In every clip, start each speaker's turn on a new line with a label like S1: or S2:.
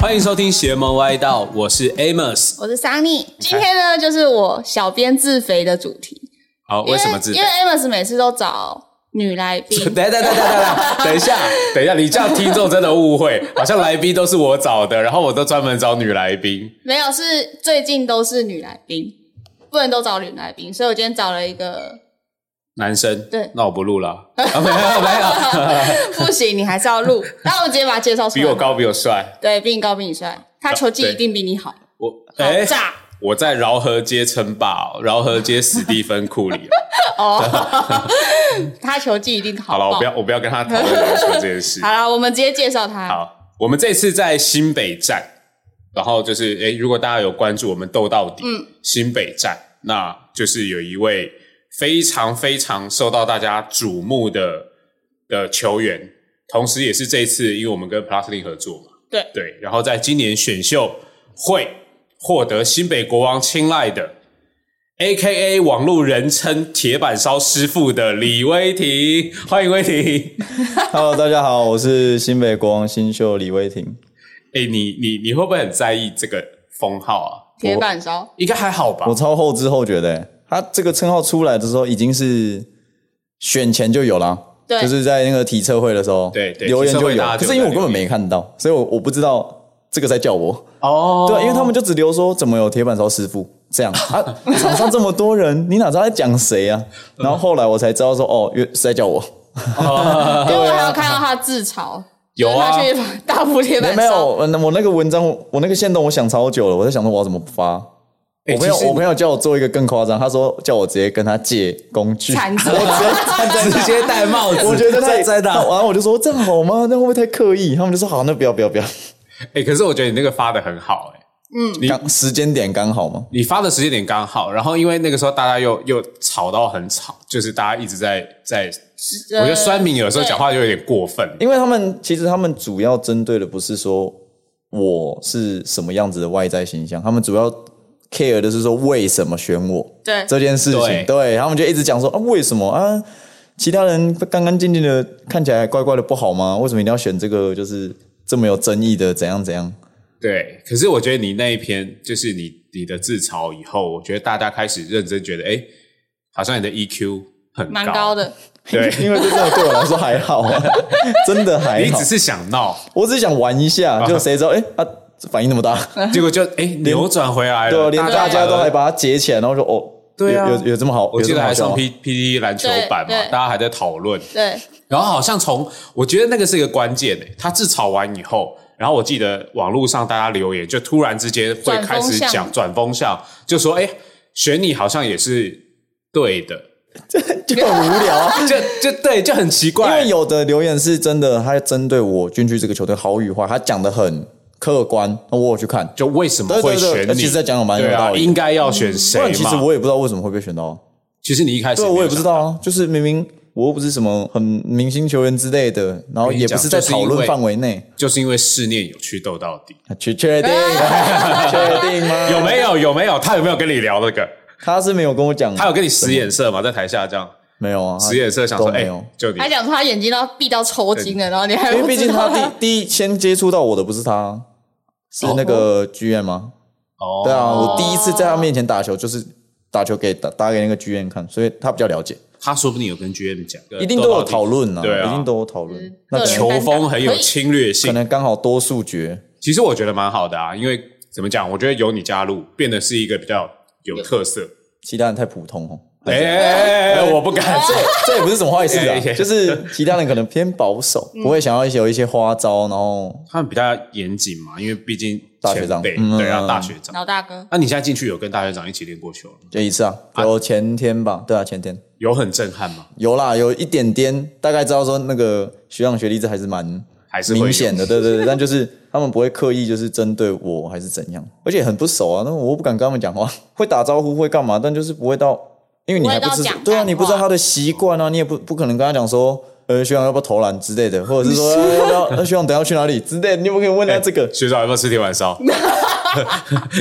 S1: 欢迎收听邪门歪道，我是 Amos。
S2: 我是 Sunny。今天呢，就是我小编自肥的主题。
S1: 好，哦为什么自，
S2: 因为 Amos 每次都找女来宾
S1: 等一下，等一下，等一下，等一下，等一下，你这样听众真的误会，好像来宾都是我找的，然后我都专门找女来宾。
S2: 没有是最近都是女来宾，不能都找女来宾，所以我今天找了一个。
S1: 男生，
S2: 对
S1: 那我不录了、 啊，没有没有，
S2: 不行，你还是要录。那我直接把他介绍出来。
S1: 比我，高，比我帅，
S2: 对，比你高，比你帅。他球技
S1: 对
S2: 一定比你好，
S1: 我
S2: 好
S1: 哎、
S2: 炸
S1: 我在饶河街称霸、哦，饶河街史蒂芬库里、
S2: 哦！他球技一定好
S1: 哎好了，
S2: 爆。
S1: 我不要，我不要跟他讨论篮球这件事。
S2: 好了，我们直接介绍他。
S1: 好，我们这次在新北站，然后就是诶，如果大家有关注我们斗到底，嗯，新北站，那就是有一位非常非常受到大家瞩目的的球员，同时也是这一次，因为我们跟 Plusly 合作嘛，
S2: 对
S1: 对，然后在今年选秀会获得新北国王青睐的。A K A 网络人称“铁板烧师傅”的李威霆，欢迎威霆。
S3: Hello，大家好，我是新北国王新秀李威霆。
S1: 哎、你你你会不会很在意这个封号啊？
S2: 铁 板烧，
S1: 应该还好吧
S3: 我。超后知后觉的欸，他这个称号出来的时候已经是选前就有啦，
S2: 对
S3: 就是在那个体测会的时候，
S1: 对对
S3: 留
S1: 体
S3: 言
S1: 测
S3: 就
S1: 会
S3: 有
S1: 大家。
S3: 可
S1: 就是
S3: 因为
S1: 有
S3: 我
S1: 在
S3: 根
S1: 留
S3: 本
S1: 言
S3: 没看到，所以我我不知道这个在叫我。
S1: 哦
S3: 对啊，因为他们就只留说怎么有铁板烧师傅这样啊，场上这么多人， 你哪知道在讲谁啊？然后后来我才知道说哦，原是在叫我。
S1: 哦
S2: 因为我还有看到他自嘲，
S1: 啊有啊
S2: 就是他去大埔铁板
S3: 没
S2: 烧
S3: 有，，我那我那个文章，我那个线动，我想超久了，我在想说我要怎么发。
S1: 欸
S3: 我朋友
S1: 其实，你
S3: 我 朋友叫我做一个更夸张，他说叫我直接跟他借工具，
S2: 惨死
S3: 我直接站在
S1: 直接戴帽子，
S3: 那，我觉得太
S1: 太
S3: 在那，然后我就说这样好吗？那会不会太刻意？他们就说好，那不要不要不要，
S1: 哎、可是我觉得你那个发的很好、哎，你
S3: 刚时间点刚好嘛。
S1: 你发的时间点刚好。然后因为那个时候大家又又吵到很吵，就是大家一直在在，
S2: 呃
S1: 我觉得酸民有时候
S2: 对
S1: 讲话就有点过分。
S3: 因为他们其实他们主要针对的不是说我是什么样子的外在形象，他们主要 care 的是说为什么选我
S2: 对
S3: 这件事情，
S1: 对
S3: 对他们就一直讲说啊为什么啊其他人干干净净的看起来怪怪的不好吗？为什么一定要选这个就是这么有争议的怎样怎样？
S1: 对，可是我觉得你那一篇就是你你的自嘲以后，我觉得大家开始认真觉得，哎、好像你的 EQ 很
S2: 蛮高
S1: 的，
S2: 的。
S1: 对
S3: 因为这真的对我来说还 好啊，真的还
S1: 你
S3: 好
S1: 只，是想闹，
S3: 我只是想玩一下，就谁知道哎、啊反应那 么大，
S1: 结果就哎、扭转回来了，
S3: 对、啊，连大家都
S1: 反而
S3: 还把它截起来，然后说哦。
S1: 对啊
S3: 有有有这么好，
S1: 我
S3: 有
S1: 记
S3: 这么
S1: 得
S3: 好
S1: 还
S3: 笑啊
S1: 上
S3: 吗
S1: P P D 篮球版嘛
S2: 对，对
S1: 大家还在讨论。
S2: 对，
S1: 然后好像从我觉得那个是一个关键诶、他自嘲完以后，然后我记得网络上大家留言，就突然之间会开始讲转风向，就说哎、诶选你好像也是对 的，
S3: 就很无 聊啊。
S1: 就就对，就很奇
S3: 因
S1: 怪。
S3: 为有的留言是真的，他针对我军区这个球队好与坏，他讲的很客观，那我有去看。
S1: 就为什么会
S3: 对对对呃
S1: 选你？
S3: 其实在讲得蛮有
S1: 对啊
S3: 道理的
S1: 应该要选谁
S3: 不
S1: 嘛？
S3: 然其实我也不知道为什么会被选到啊，
S1: 其实你一开始
S3: 对，
S1: 没有
S3: 我也不知
S1: 想
S3: 道啊，就是明明我又不是什么很明星球员之类的，然后也不是在讨论范围内，啊
S1: 就是因为试念有去斗到底，
S3: 确确定确定 吗？
S1: 有没有？有没有？他有没有跟你聊那个？
S3: 他是没有跟我讲，
S1: 他有跟你使眼色吗？在台下这样
S3: 没有啊？他
S1: 使眼色，想说
S3: 都
S1: 哎、
S3: 没有，
S1: 就你
S2: 他讲说他眼睛都要闭到抽筋了，然后你还
S3: 因为
S2: 哎不
S3: 毕竟
S2: 知
S3: 他
S2: 道
S3: 第第一先接触到我的不是他，是那个剧院吗？
S1: 哦
S3: 对啊，我第一次在他面前打球就是打球给打打给那个剧院看，所以他比较了解，
S1: 他说不定有跟 GM 讲，
S3: 一定都有讨论啊，
S1: 对啊
S3: 一定都有讨论。
S2: 个
S3: 那
S2: 人
S3: 球
S1: 球风很有侵略
S3: 可
S1: 性。
S3: 能刚好多数决，
S1: 其实我觉得蛮好的啊，因为怎么讲，我觉得有你加入，变得是一个比较有特色。
S3: 其他人太普通哦。
S1: 哎哎，哎我不敢，
S3: 这这也不是什么坏事
S1: 哎
S3: 啊
S1: 哎哎，
S3: 就是其他人可能偏保守，不会想要有一些花招，然后
S1: 他们比较严谨嘛，因为毕竟
S3: 大学长
S1: 前辈
S3: 嗯
S1: 对啊，大学长。
S2: 老大哥，
S1: 那你现在进去有跟大学长一起练过球吗？
S3: 就一次啊，有前天吧，对啊，前天
S1: 有很震撼吗？
S3: 有啦，有一点点大概知道说那个学长学历这还是蛮
S1: 还是会有
S3: 明 显的，对对对，但就是他们不会刻意就是针对我还是怎样，而且很不熟啊，那我又不敢跟他们讲话， 会打招呼会干嘛，但就是不会到，因为你还不
S2: 不会到
S3: 知
S2: 哦讲
S3: 对啊，
S2: 干话
S3: 你不知道他的习惯啊，你也不不可能跟他讲说，呃，学长要不要投篮之 类哎的，或者是说、呃要不要，呃，学长等一下去哪里之类的，你有没有可以问他这个？
S1: 学长有没有吃铁板烧？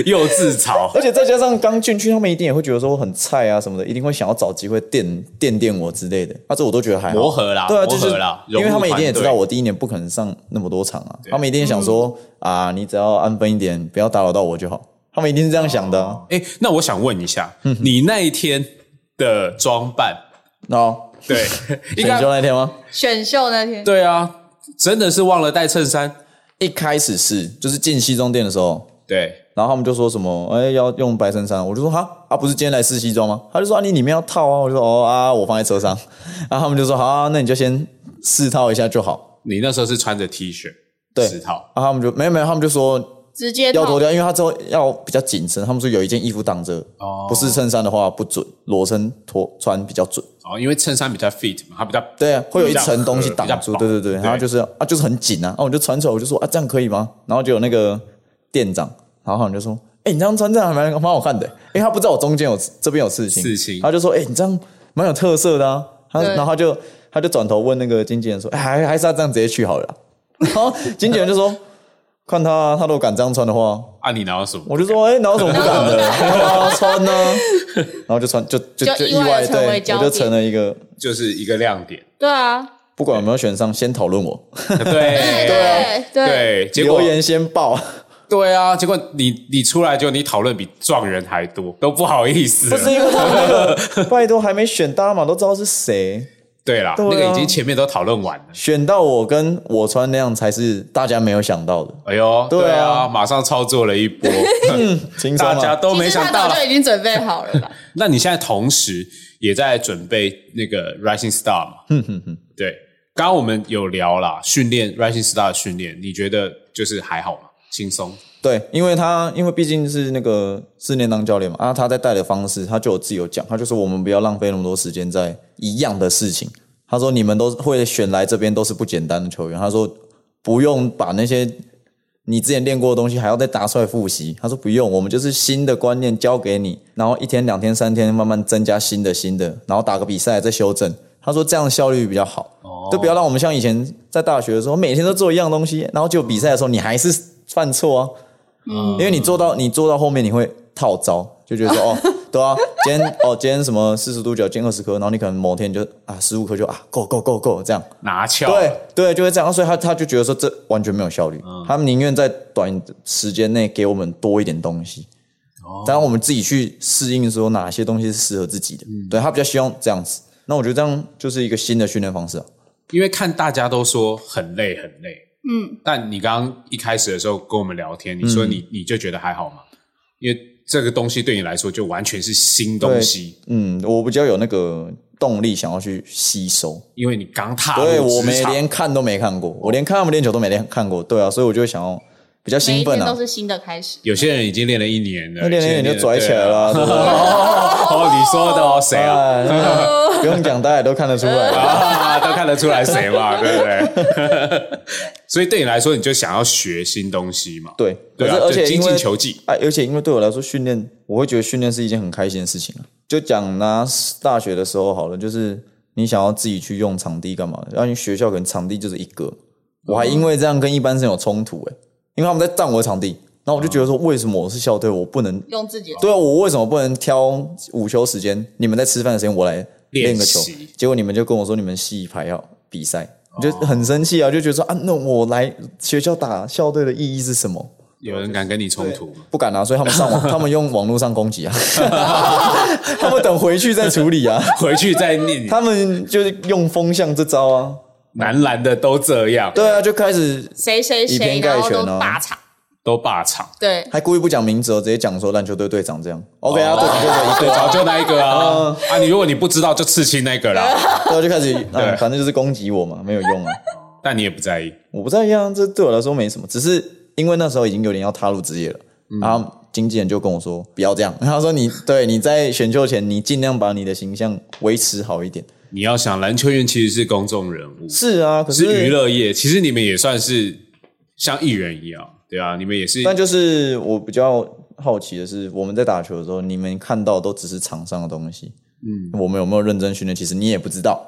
S1: 又自嘲。
S3: 而且再加上刚进去，他们一定也会觉得说我很菜啊什么的，一定会想要找机会垫垫垫我之类的。啊，这我都觉得还好
S1: 磨合啦
S3: 对啊，
S1: 磨
S3: 就
S1: 合
S3: 是
S1: 啦
S3: 因为他们一定也知
S1: 融入团
S3: 道
S1: 队
S3: 我第一年不可能上那么多场啊，他们一定也想说、啊，你只要安分一点，不要打扰到我就好。他们一定是这样想的啊、
S1: 哎、那我想问一下，
S3: 嗯
S1: 你那一天的装扮，
S3: 那、
S1: 对，应
S3: 选
S1: 该
S3: 秀那天吗？
S2: 选秀那天，
S1: 对啊，真的是忘了带衬衫。
S3: 一开始是就是进西装店的时候，
S1: 对，
S3: 然后他们就说什么，哎、要用白衬衫，我就说哈，啊，不是今天来试西装吗？他就说啊，你里面要套啊，我就说哦啊，我放在车上，然后他们就说好、啊，那你就先试套一下就好。
S1: 你那时候是穿着 T 恤，
S3: 对
S1: 十套，
S3: 然后他们就没有没有，他们就说
S2: 直接
S3: 要脱
S2: 套
S3: 掉，因为他之后要比较紧身，他们说有一件衣服挡着，
S1: 哦
S3: 不是衬衫的话不准，裸身脱穿比较准。
S1: 哦，因为衬衫比较 fit 嘛，它比较
S3: 对啊，会有一层东西挡
S1: 比较
S3: 住，
S1: 薄
S3: 对对对，
S1: 对
S3: 然后就是啊，就是很紧啊，啊，我就穿出来，我就说啊，这样可以吗？然后就有那个店长，然后他们就说，哎、你这样穿这样还蛮蛮好看的，因为他不知道我中间有这边有刺青，
S1: 刺青
S3: 他就说，哎、你这样蛮有特色的啊，他
S2: 对
S3: 然后他就他就转头问那个经纪人说，哎、还还是要这样直接去好了啊，然后经纪人就说，看他啊他都敢这样穿的话，
S1: 啊，你拿到什么？
S3: 我就说，哎、哪有什么不敢的？ 他穿呢、然后就穿，就就
S2: 就
S3: 就
S2: 意
S3: 意
S2: 外地
S3: 外，
S2: 成为
S3: 对，
S2: 焦
S3: 我就
S2: 点
S3: 成了一个，
S1: 就是一个亮 点。
S2: 对啊，
S3: 不管有没有选上，先讨论我，啊
S1: 对
S2: 对对，
S1: 对，结果
S3: 留言先爆，
S1: 对啊，结果你你出来就你讨论比撞人还多，都不好意思
S3: 不是
S1: 了。
S3: 因为他们那 个拜托还没选，大家嘛都知道是谁，
S1: 对啦，
S3: 对啊
S1: 那个已经前面都讨论完了。
S3: 选到我跟我穿那样才是大家没有想到的，
S1: 哎呦，
S3: 对啊
S1: 对啊，马上操作了一 波，
S3: 轻松
S1: 大家
S3: 啊，
S1: 都没
S2: 其实
S1: 想
S2: 他
S1: 到
S2: 早
S1: 啦
S2: 就已经准备好了吧？
S1: 那你现在同时也在准备那个 Rising Star 嘛？嗯哼哼，对。刚刚我们有聊啦，训练 Rising Star 的训练，你觉得就是还好吗？轻松？
S3: 对，因为他因为毕竟是那个四年当教练嘛，啊，他在带的方式，他就有自己有讲，他就说我们不要浪费那么多时间在一样的事情。他说你们都会选来这边都是不简单的球员，他说不用把那些你之前练过的东西还要再拿出来复习。他说不用，我们就是新的观念教给你，然后一天、两天、三天慢慢增加新的、新的，然后打个比赛再修正。他说这样效率比较好，就不要让我们像以前在大学的时候每天都做一样东西，然后就比赛的时候你还是犯错啊。因为你做到你做到后面你会套招，就觉得说哦，对啊，今天哦今天什么四十度角，今天二十颗，然后你可能某天你就啊十五颗就啊够够够够这样，
S1: 拿翘？
S3: 对对，就会这样，啊所以他他就觉得说这完全没有效率，他们宁愿在短时间内给我们多一点东西，当然我们自己去适应说哪些东西是适合自己的，对他比较希望这样子。那我觉得这样就是一个新的训练方式啊。
S1: 因为看大家都说很累很累，嗯，但你刚刚一开始的时候跟我们聊天，你说
S3: 嗯
S1: 你、你就觉得还好吗？因为这个东西对你来说就完全是新东西，
S3: 嗯，我比较有那个动力想要去吸收，
S1: 因为你刚踏入
S3: 对我
S1: 职
S3: 没
S1: 场
S3: 连看都没看过，我连看他们练球都没练看过，对啊，所以我就会想要比较
S2: 每
S3: 兴
S2: 一
S3: 奋
S2: 天
S3: 啊
S2: 都，是新的开始，
S1: 有些人已经练了一年了，
S3: 那练
S1: 有些
S3: 练
S1: 人
S3: 练就
S1: 了
S3: 拽起来。了啊，对不对
S1: 对哦，你说的哦，谁啊？
S3: 哎那 个不用讲，大家也都看得出来。
S1: 啊，都看得出来谁 嘛，对不对？所以对你来说，你就想要学新东西嘛？
S3: 对，
S1: 对啊，
S3: 可是而且
S1: 就精
S3: 因为
S1: 进求技。
S3: 哎，而且因为对我来说，训练我会觉得训练是一件很开心的事情啊。就讲拿大学的时候好了，就是你想要自己去用场地干嘛？然后你学校可能场地就是一个，我还因为这样跟一般生有冲突哎、因为他们在占我的场地，然后我就觉得说，为什么我是校队，我不能？
S2: 用自己的
S3: 对啊，我为什么不能挑午休时间？你们在吃饭的时间，我来练个球
S1: 练习。
S3: 结果你们就跟我说你们系排要比赛，我就很生气啊，就觉得说啊，那我来学校打校队的意义是什么？
S1: 有人敢跟你冲突吗？
S3: 不敢啊，所以他们上网，他们用网络上攻击啊， 他们等回去再处理啊，
S1: 回去再念，
S3: 他们就是用风向这招啊，
S1: 男篮的都这样，
S3: 对啊，就开始
S2: 谁谁
S3: 以
S2: 谁，
S3: 偏概
S2: 然后
S3: 全
S2: 都
S3: 啊
S2: 霸场，
S1: 都霸场，
S2: 对，
S3: 还故意不讲名字哦，直接讲说篮球队队长这样，OK 啊，队长队长一
S1: 对，
S3: 队
S1: 早
S3: 长，
S1: 就那一 个
S3: 哦
S1: 啊啊！你如果你不知道，就刺青那个啦，
S3: 然后就开始，嗯，反正就是攻击我嘛，没有用啊，
S1: 但你也不在意，
S3: 我不在意啊，这对我来说没什么，只是因为那时候已经有点要踏入职业了，
S1: 嗯
S3: 然后经纪人就跟我说不要这样，然 后他说你对你在选秀前，你尽量把你的形象维持好一点，
S1: 你要想篮球员其实是公众人物，
S3: 是啊，可
S1: 是娱乐业，其实你们也算是像艺人一样，对啊，你们也是
S3: 但就是我比较好奇的是，我们在打球的时候，你们看到都只是场上的东西，嗯，我们有没有认真训练？其实你也不知道，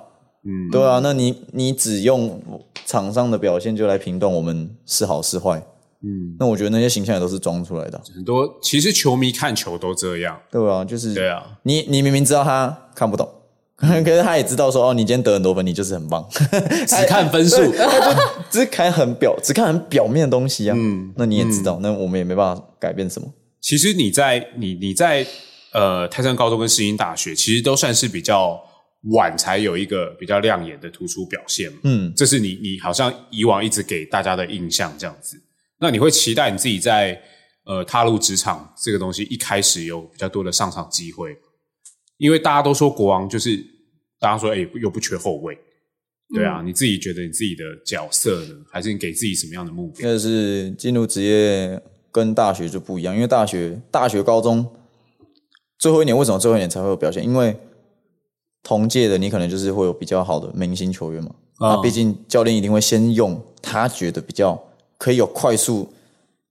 S3: 嗯，对啊，那你你只用场上的表现就来评断我们是好是坏，嗯，那我觉得那些形象也都是装出来的啊，
S1: 很多其实球迷看球都这样，
S3: 对吧、就是
S1: 对啊，
S3: 你你明明知道他看不懂， 可是他也知道说哦，你今天得很多分，你就是很棒， 哎
S1: 只看分数，
S3: 只看很表，只看很表面的东西啊。嗯，那你也知道，那我们也没办法改变什么。
S1: 其实你在你你在呃泰山高中跟世新大学，其实都算是比较晚才有一个比较亮眼的突出表现嘛。
S3: 嗯，
S1: 这是你你好像以往一直给大家的印象这样子。那你会期待你自己在呃踏入职场这个东西一开始有比较多的上场机会，因为大家都说国王就是大家说哎、又不缺后卫，对啊，
S3: 嗯
S1: 你自己觉得你自己的角色呢，还是你给自己什么样的目标？
S3: 那是进入职业跟大学就不一样，因为大学、大学、高中最后一年为什么最后一年才会有表现？因为同届的你可能就是会有比较好的明星球员嘛。那、
S1: 啊
S3: 毕竟教练一定会先用他觉得比较可以有快速、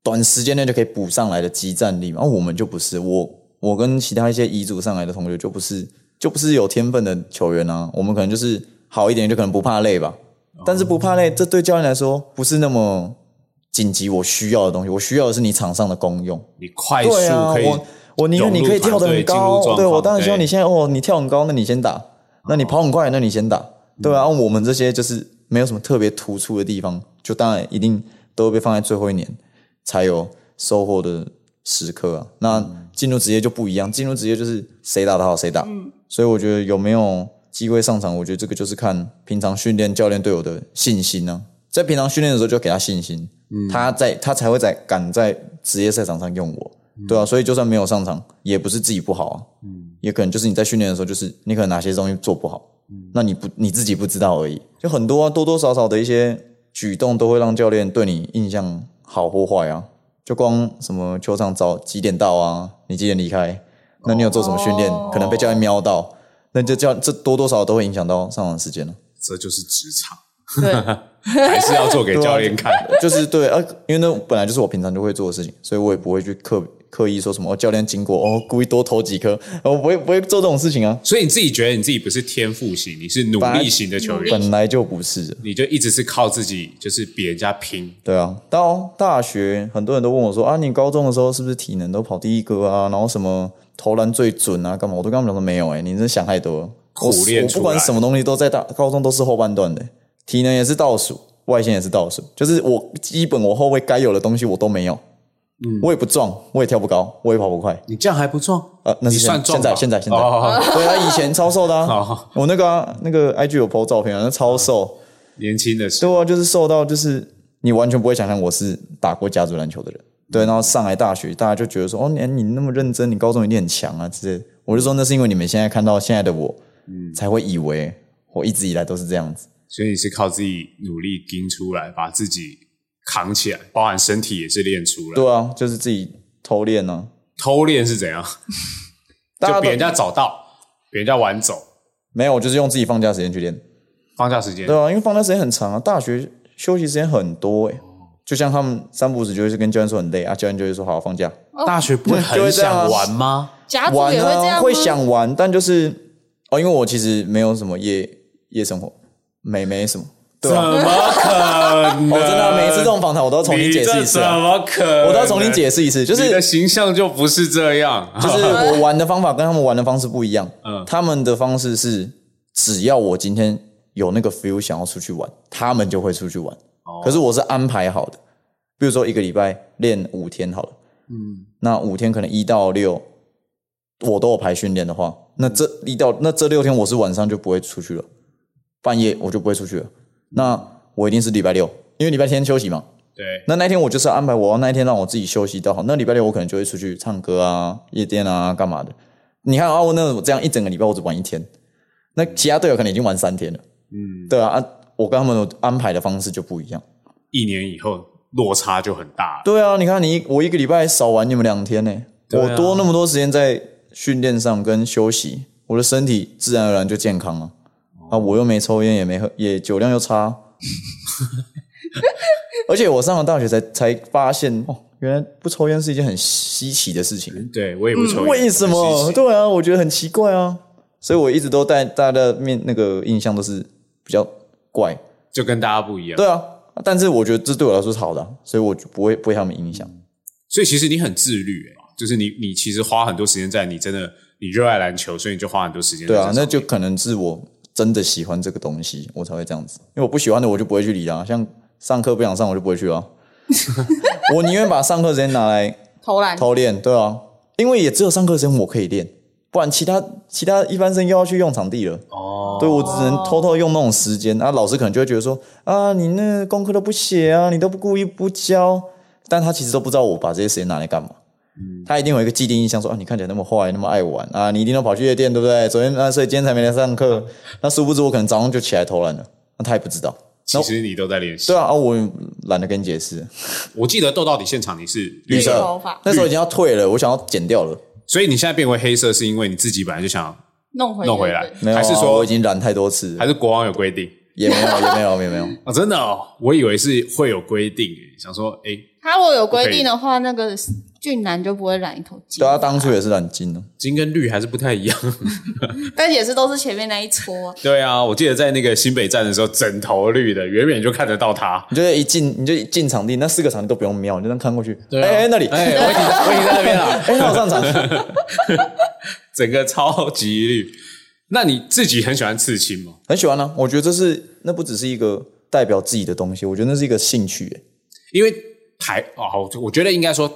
S3: 短时间内就可以补上来的集战力嘛。啊而、我们就不是，我我跟其他一些遗嘱上来的同学就不是，就不是有天分的球员啊。我们可能就是好一点，就可能不怕累吧。但是不怕累，这对教练来说不是那么紧急我需要的东西，我需要的是你场上的功用。
S1: 你快速
S3: 对啊，
S1: 可以、
S3: 我我宁愿你可以跳得
S1: 融入团队
S3: 很
S1: 进入
S3: 高
S1: 状，况
S3: 对我当然希望
S1: 对
S3: 你现在哦，你跳很高，那你先打；那你跑很快，那你先打，对
S1: 嗯
S3: 啊。我们这些就是没有什么特别突出的地方，就当然一定都会被放在最后一年才有收获的时刻啊。那
S1: 嗯
S3: 进入职业就不一样，进入职业就是谁打得好谁打，所以我觉得有没有机会上场，我觉得这个就是看平常训练教练对我的信心呢、在平常训练的时候就给他信心，他在他才会在敢在职业赛场上用我，对啊，所以就算没有上场，也不是自己不好啊，也可能就是你在训练的时候，就是你可能哪些东西做不好，那你不你自己不知道而已，就很多、啊、多多少少的一些举动都会让教练对你印象好或坏啊，就光什么球场早几点到啊，你几点离开，那你有做什么训练，
S2: 哦
S3: 可能被教练瞄到。那就教这多多少少都会影响到上场时间了，啊
S1: 这就是职场，
S2: 对，
S1: 还是要 做给
S3: 啊
S1: 教练看。
S3: 就是对啊，因为那本来就是我平常就会做的事情，所以我也不会去刻刻意说什么哦，教练经过哦，故意多投几颗，我不会不会做这种事 情啊，
S1: 所以你自己觉得你自己不是天赋型，你是努力型的球员，
S3: 本来就不是的，
S1: 你就一直是靠自己，就是比人家拼。
S3: 对啊，到大学很多人都问我说啊，你高中的时候是不是体能都跑第一个啊？然后什么投篮最准啊？干嘛？我都跟他们讲说没有哎、你这想太多了。
S1: 苦练
S3: 我我
S1: 出来
S3: 不管什么东西都在大高中都是后半段的、体能也是倒数，外线也是倒数，就是我基本我后卫该有的东西我都没有。
S1: 嗯
S3: 我也不壮，我也跳不高，我也跑不快。
S1: 你这样还不壮？
S3: 呃，那是
S1: 你算
S3: 现
S1: 壮
S3: 在
S1: 吧
S3: 现在现在，
S1: 哦哦
S3: 对啊，以前超 瘦的
S1: 哦
S3: 啊，我那个啊那个 IG 有 PO 照片啊，那超瘦。
S1: 年轻的时候，
S3: 对啊，就是瘦到就是你完全不会想象我是打过家族篮球的人。对，然后上来大学，大家就觉得说，哦，你你那么认真，你高中一定很强啊之类的。我就说，那是因为你们现在看到现在的我，
S1: 嗯
S3: 才会以为我一直以来都是这样子。
S1: 所以你是靠自己努力拼出来，把自己扛起来，包含身体也是练出来。
S3: 对啊，就是自己偷练呢、
S1: 偷练是怎样？
S3: 大家
S1: 就
S3: 都
S1: 比人家早到，比人家晚走，
S3: 没有，我就是用自己放假时间去练。
S1: 放假时间
S3: 对啊，因为放假时间很长啊，大学休息时间很多诶、就像他们三不五时就会是跟教练说很累啊，教练就会说好放假。
S1: 大学不会
S3: 就
S1: 很
S3: 会这样啊
S1: 想玩吗？
S2: 甲组
S3: 玩
S2: 也会这样
S3: 啊，
S2: 吗
S3: 会想玩，但就是哦，因为我其实没有什么夜夜生活，没没什么，对
S1: 怎
S3: 吧、啊？
S1: 么可能？
S3: 我、真的啊、每一次这种访谈我都要重新解释一次、
S1: 你这怎
S3: 啊，
S1: 么可能？
S3: 我都要重新解释一次，就
S1: 你的
S3: 是
S1: 形象就不是这样，
S3: 就是我玩的方法跟他们玩的方式不一样，他们的方式是只要我今天有那个 feel 想要出去玩，他们就会出去玩，可是我是安排好的，比如说一个礼拜练五天好了，嗯，那五天可能一到六我都有排训练的话，那这一到那这六天我是晚上就不会出去了，半夜我就不会出去了。那我一定是礼拜六，因为礼拜天休息嘛。
S1: 对，
S3: 那那一天我就是要安排我要那一天让我自己休息到好。那礼拜六我可能就会出去唱歌啊、夜店啊、干嘛的。你看啊，我那我这样一整个礼拜我只玩一天，那其他队友可能已经玩三天了。嗯，对啊，啊，我跟他们安排的方式就不一样。
S1: 一年以后落差就很大了。
S3: 对啊，你看你一我一个礼拜少玩你们两天呢、
S1: 对啊
S3: 我多那么多时间在训练上跟休息，我的身体自然而然就健康了。
S1: 哦
S3: 啊，我又没抽烟，也没喝，也酒量又 差，而且我上了大学才才发现，哦，原来不抽烟是一件很稀奇的事情。
S1: 对我也不抽烟，
S3: 嗯为什
S1: 很
S3: 么？
S1: 稀奇
S3: 对啊，我觉得很奇怪啊，所以我一直都带大家的面那个印象都是比较怪。
S1: 就跟大家不一样。
S3: 对啊，但是我觉得这对我来说是好的啊、所以我就不会不会被他们影响。
S1: 所以其实你很自律、欸，就是你你其实花很多时间在你真的你热爱篮球，所以你就花很多时间在
S3: 对
S1: 这
S3: 啊
S1: 上。，
S3: 那就可能是我真的喜欢这个东西，我才会这样子。因为我不喜欢的，我就不会去理啦。像上课不想上，我就不会去啊。我宁愿把上课时间拿来
S2: 投篮
S3: 偷练，对啊，因为也只有上课时间我可以练，不然其他其他一般生又要去用场地了。
S1: 哦，
S3: 对我只能偷偷用那种时间，啊，老师可能就会觉得说啊，你那个功课都不写啊，你都不故意不教，但他其实都不知道我把这些时间拿来干嘛。
S1: 嗯
S3: 他一定有一个既定印象说啊，你看起来那么坏，那么爱玩啊，你一定都跑去夜店，对不对？昨天啊，所以今天才没来上
S1: 嗯
S3: 课。 那殊不知我可能早上就起来偷懒了，那他也不知道。
S1: 其实你都在练习
S3: 对。啊，啊，我懒得跟你解释。
S1: 我记得斗到底现场你是
S2: 绿
S1: 绿色，
S2: 色头发
S3: 那时候已经要退了，我想要剪掉了，
S1: 所以你现在变为黑色是因为你自己本来就想
S2: 弄回
S1: 弄回来
S2: 原本，
S3: 没有、啊，
S1: 还是
S3: 我
S1: 说
S3: 已经染太多次
S1: 还
S3: 了，
S1: 是国王有规定
S3: 也没有，也没有，也 没有。
S1: 啊、真的哦，我以为是会有规定诶，想说欸诶，
S2: 他如果有规定的话，那个俊男就不会染一头金
S3: 对，啊，当初也是染金了。
S1: 金跟绿还是不太一样。
S2: 但也是都是前面那一撮啊。
S1: 对啊，我记得在那个新北站的时候，整头绿的，远远就看得到他。
S3: 你就一进，你就一进场地，那四个场地都不用瞄，你就这样看过去，哎、
S1: 对啊
S3: 哎、那里，
S1: 哎、
S3: 哎、
S1: 我已经我已经在那边啊 了，
S3: 那我上场，
S1: 整个超级绿。那你自己很喜欢刺青吗？
S3: 很喜欢啊。我觉得这是那不只是一个代表自己的东西，我觉得那是一个兴趣、哎
S1: 因为台哦，我我觉得应该说，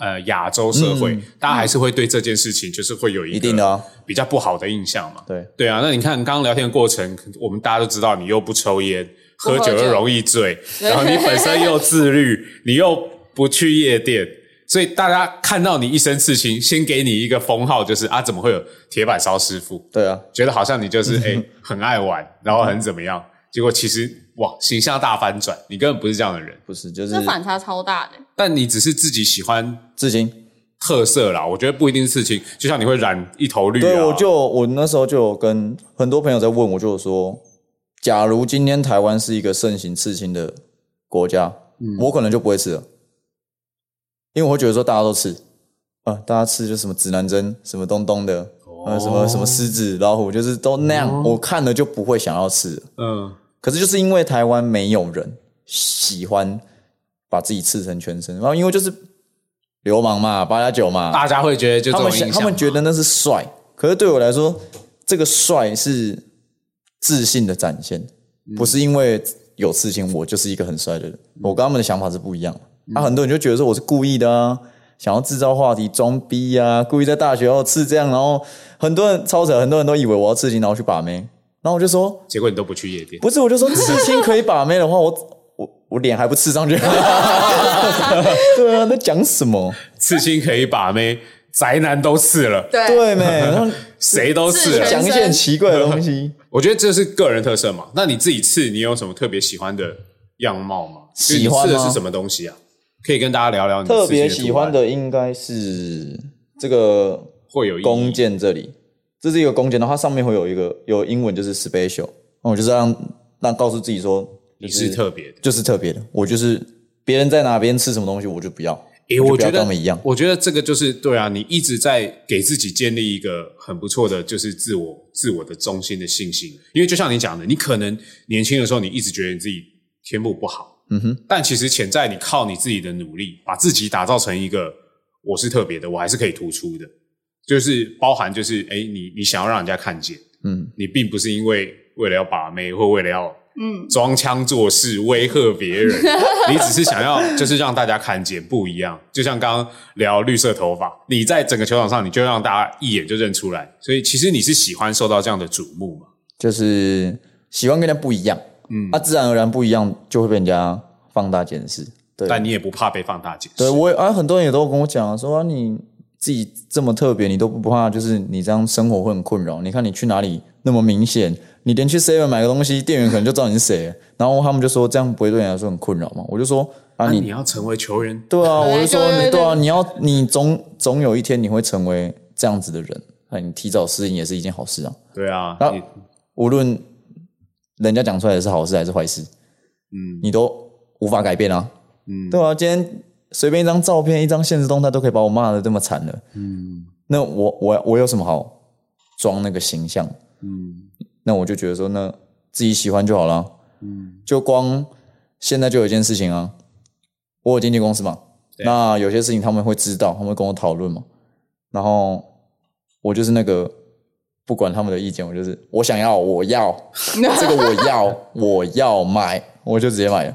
S1: 呃，亚洲社会、大家还是会对这件事情就是会有一个哦
S3: 一定的啊，
S1: 比较不好的印象嘛。
S3: 对，
S1: 对啊，那你看刚刚聊天的过程，我们大家都知道，你又不抽烟，
S2: 不
S1: 喝
S2: 喝
S1: 酒又
S2: 酒
S1: 容易醉，
S2: 对
S1: 然后你本身又自律， 你又不去夜店，所以大家看到你一身刺青，先给你一个封号，就是啊，怎么会有铁板烧师傅？
S3: 对啊，
S1: 觉得好像你就是哎、诶很爱玩，然后很怎么样，结果其实哇形象大反转，你根本不是这样的人，
S3: 不是就是
S2: 这反差超大的，
S1: 但你只是自己喜欢
S3: 至今，
S1: 特色啦，我觉得不一定是刺青，就像你会染一头绿、啊，
S3: 对我就我那时候就有跟很多朋友在问，我就有说，假如今天台湾是一个盛行刺青的国家，我可能就不会刺了，因为我会觉得说大家都刺。啊，大家吃就是什么指南针、什么东东的，呃，什么什么狮子、老虎，就是都那样，我看了就不会想要吃了。
S1: 嗯，
S3: 可是就是因为台湾没有人喜欢把自己刺成全身，然后因为就是流氓嘛，八加九嘛，
S1: 大家会觉得就这
S3: 他
S1: 种
S3: 们
S1: 印象
S3: 想
S1: 嘛，
S3: 他们觉得那是帅，可是对我来说，这个帅是自信的展现，
S1: 嗯
S3: 不是因为有刺青我就是一个很帅的人。我跟他们的想法是不一样的。
S1: 嗯
S3: 啊，很多人就觉得说我是故意的啊，想要制造话题装逼啊，故意在大学后刺这样，然后很多人超扯，很多人都以为我要刺青，然后去把妹，然后我就说
S1: 结果你都不去夜店，
S3: 不是，我就说刺青可以把妹的话，我我我脸还不 刺上去，对啊，在讲什么？
S1: 刺青可以把妹，宅男都刺了，
S2: 对
S3: 对 没？然后
S1: 谁都刺
S2: 自全
S1: 了，
S3: 讲一些很奇怪的东西。
S1: 我觉得这是个人特色嘛。那你自己刺，你有什么特别喜欢的样貌吗？
S3: 喜欢
S1: 就是
S3: 吗
S1: 你刺的是什么东西啊？可以跟大家聊聊你
S3: 特
S1: 刺青
S3: 别
S1: 图案
S3: 喜欢的应该是这个
S1: 会有意义
S3: 弓箭这里，这是一个弓箭，然后它上面会有一个有英文就是 special，那我就是让让告诉自己说、就
S1: 你是特别的。
S3: 就是特别的，我就是别人在哪边吃什么东西我就不要，
S1: 诶，
S3: 我就
S1: 我
S3: 不
S1: 觉
S3: 要跟
S1: 得
S3: 他们一样，
S1: 我觉得这个就是对啊，你一直在给自己建立一个很不错的，就是自我自我的中心的信心。因为就像你讲的，你可能年轻的时候你一直觉得你自己天赋不好，嗯哼，但其实潜在你靠你自己的努力，把自己打造成一个我是特别的，我还是可以突出的，就是包含就是诶，你你想要让人家看见，
S3: 嗯，
S1: 你并不是因为为了要把妹或为了要嗯装腔作势威吓别 人，你只是想要就是让大家看见不一样。就像刚刚聊绿色头发，你在整个球场上你就让大家一眼就认出来，所以其实你是喜欢受到这样的瞩目嘛？
S3: 就是喜欢跟人家不一样，嗯，啊，自然而然不一样就会被人家放大检视，对，
S1: 但你也不怕被放大解释
S3: 对，我也啊，很多人也都跟我讲啊说啊，你自己这么特别，你都不怕，就是你这样生活会很困扰。你看你去哪里那么明显，你连去 Seven 买个东西，店员可能就知道你是谁了。然后他们就说这样不会对你来说很困扰吗？我就说啊，
S1: 那
S3: 你
S1: 你要成为球员，
S3: 对啊，
S2: 对
S3: 我就说
S2: 对对对
S3: 你对啊，你要你总总有一天你会成为这样子的人，那你提早适应也是一件好事啊。
S1: 对啊，
S3: 啊
S1: 你
S3: 无论人家讲出来的是好事还是坏事，嗯，你都无法改变啊，嗯，对啊，今天随便一张照片、一张现实动态都可以把我骂的这么惨了，嗯，那我我我有什么好装那个形象？啊嗯，那我就觉得说，那自己喜欢就好了，嗯，就光现在就有一件事情啊，我有经纪公司嘛，
S1: 对
S3: 那有些事情他们会知道，他们会跟我讨论嘛，然后我就是那个不管他们的意见，我就是我想要，我要这个我要，我要买，我就直接买了。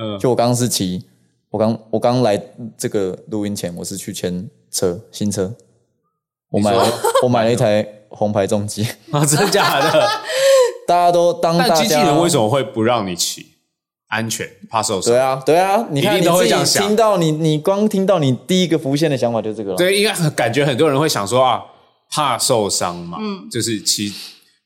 S1: 嗯
S3: 就我刚刚是骑，我刚我刚来这个录音前，我是去签车新车，我买了
S1: 你说
S3: 我买了一台红牌重机，
S1: 啊，真的假 的？
S3: 大家都当大
S1: 但
S3: 家
S1: 机器人为什么会不让你骑？安全，怕受伤
S3: 对。啊，对啊，你看
S1: 一
S3: 你
S1: 定都会
S3: 自
S1: 这样
S3: 己
S1: 想
S3: 听到你，你光听到你第一个浮现的想法就是这个了。，
S1: 对，应该感觉很多人会想说啊，怕受伤嘛，就是骑，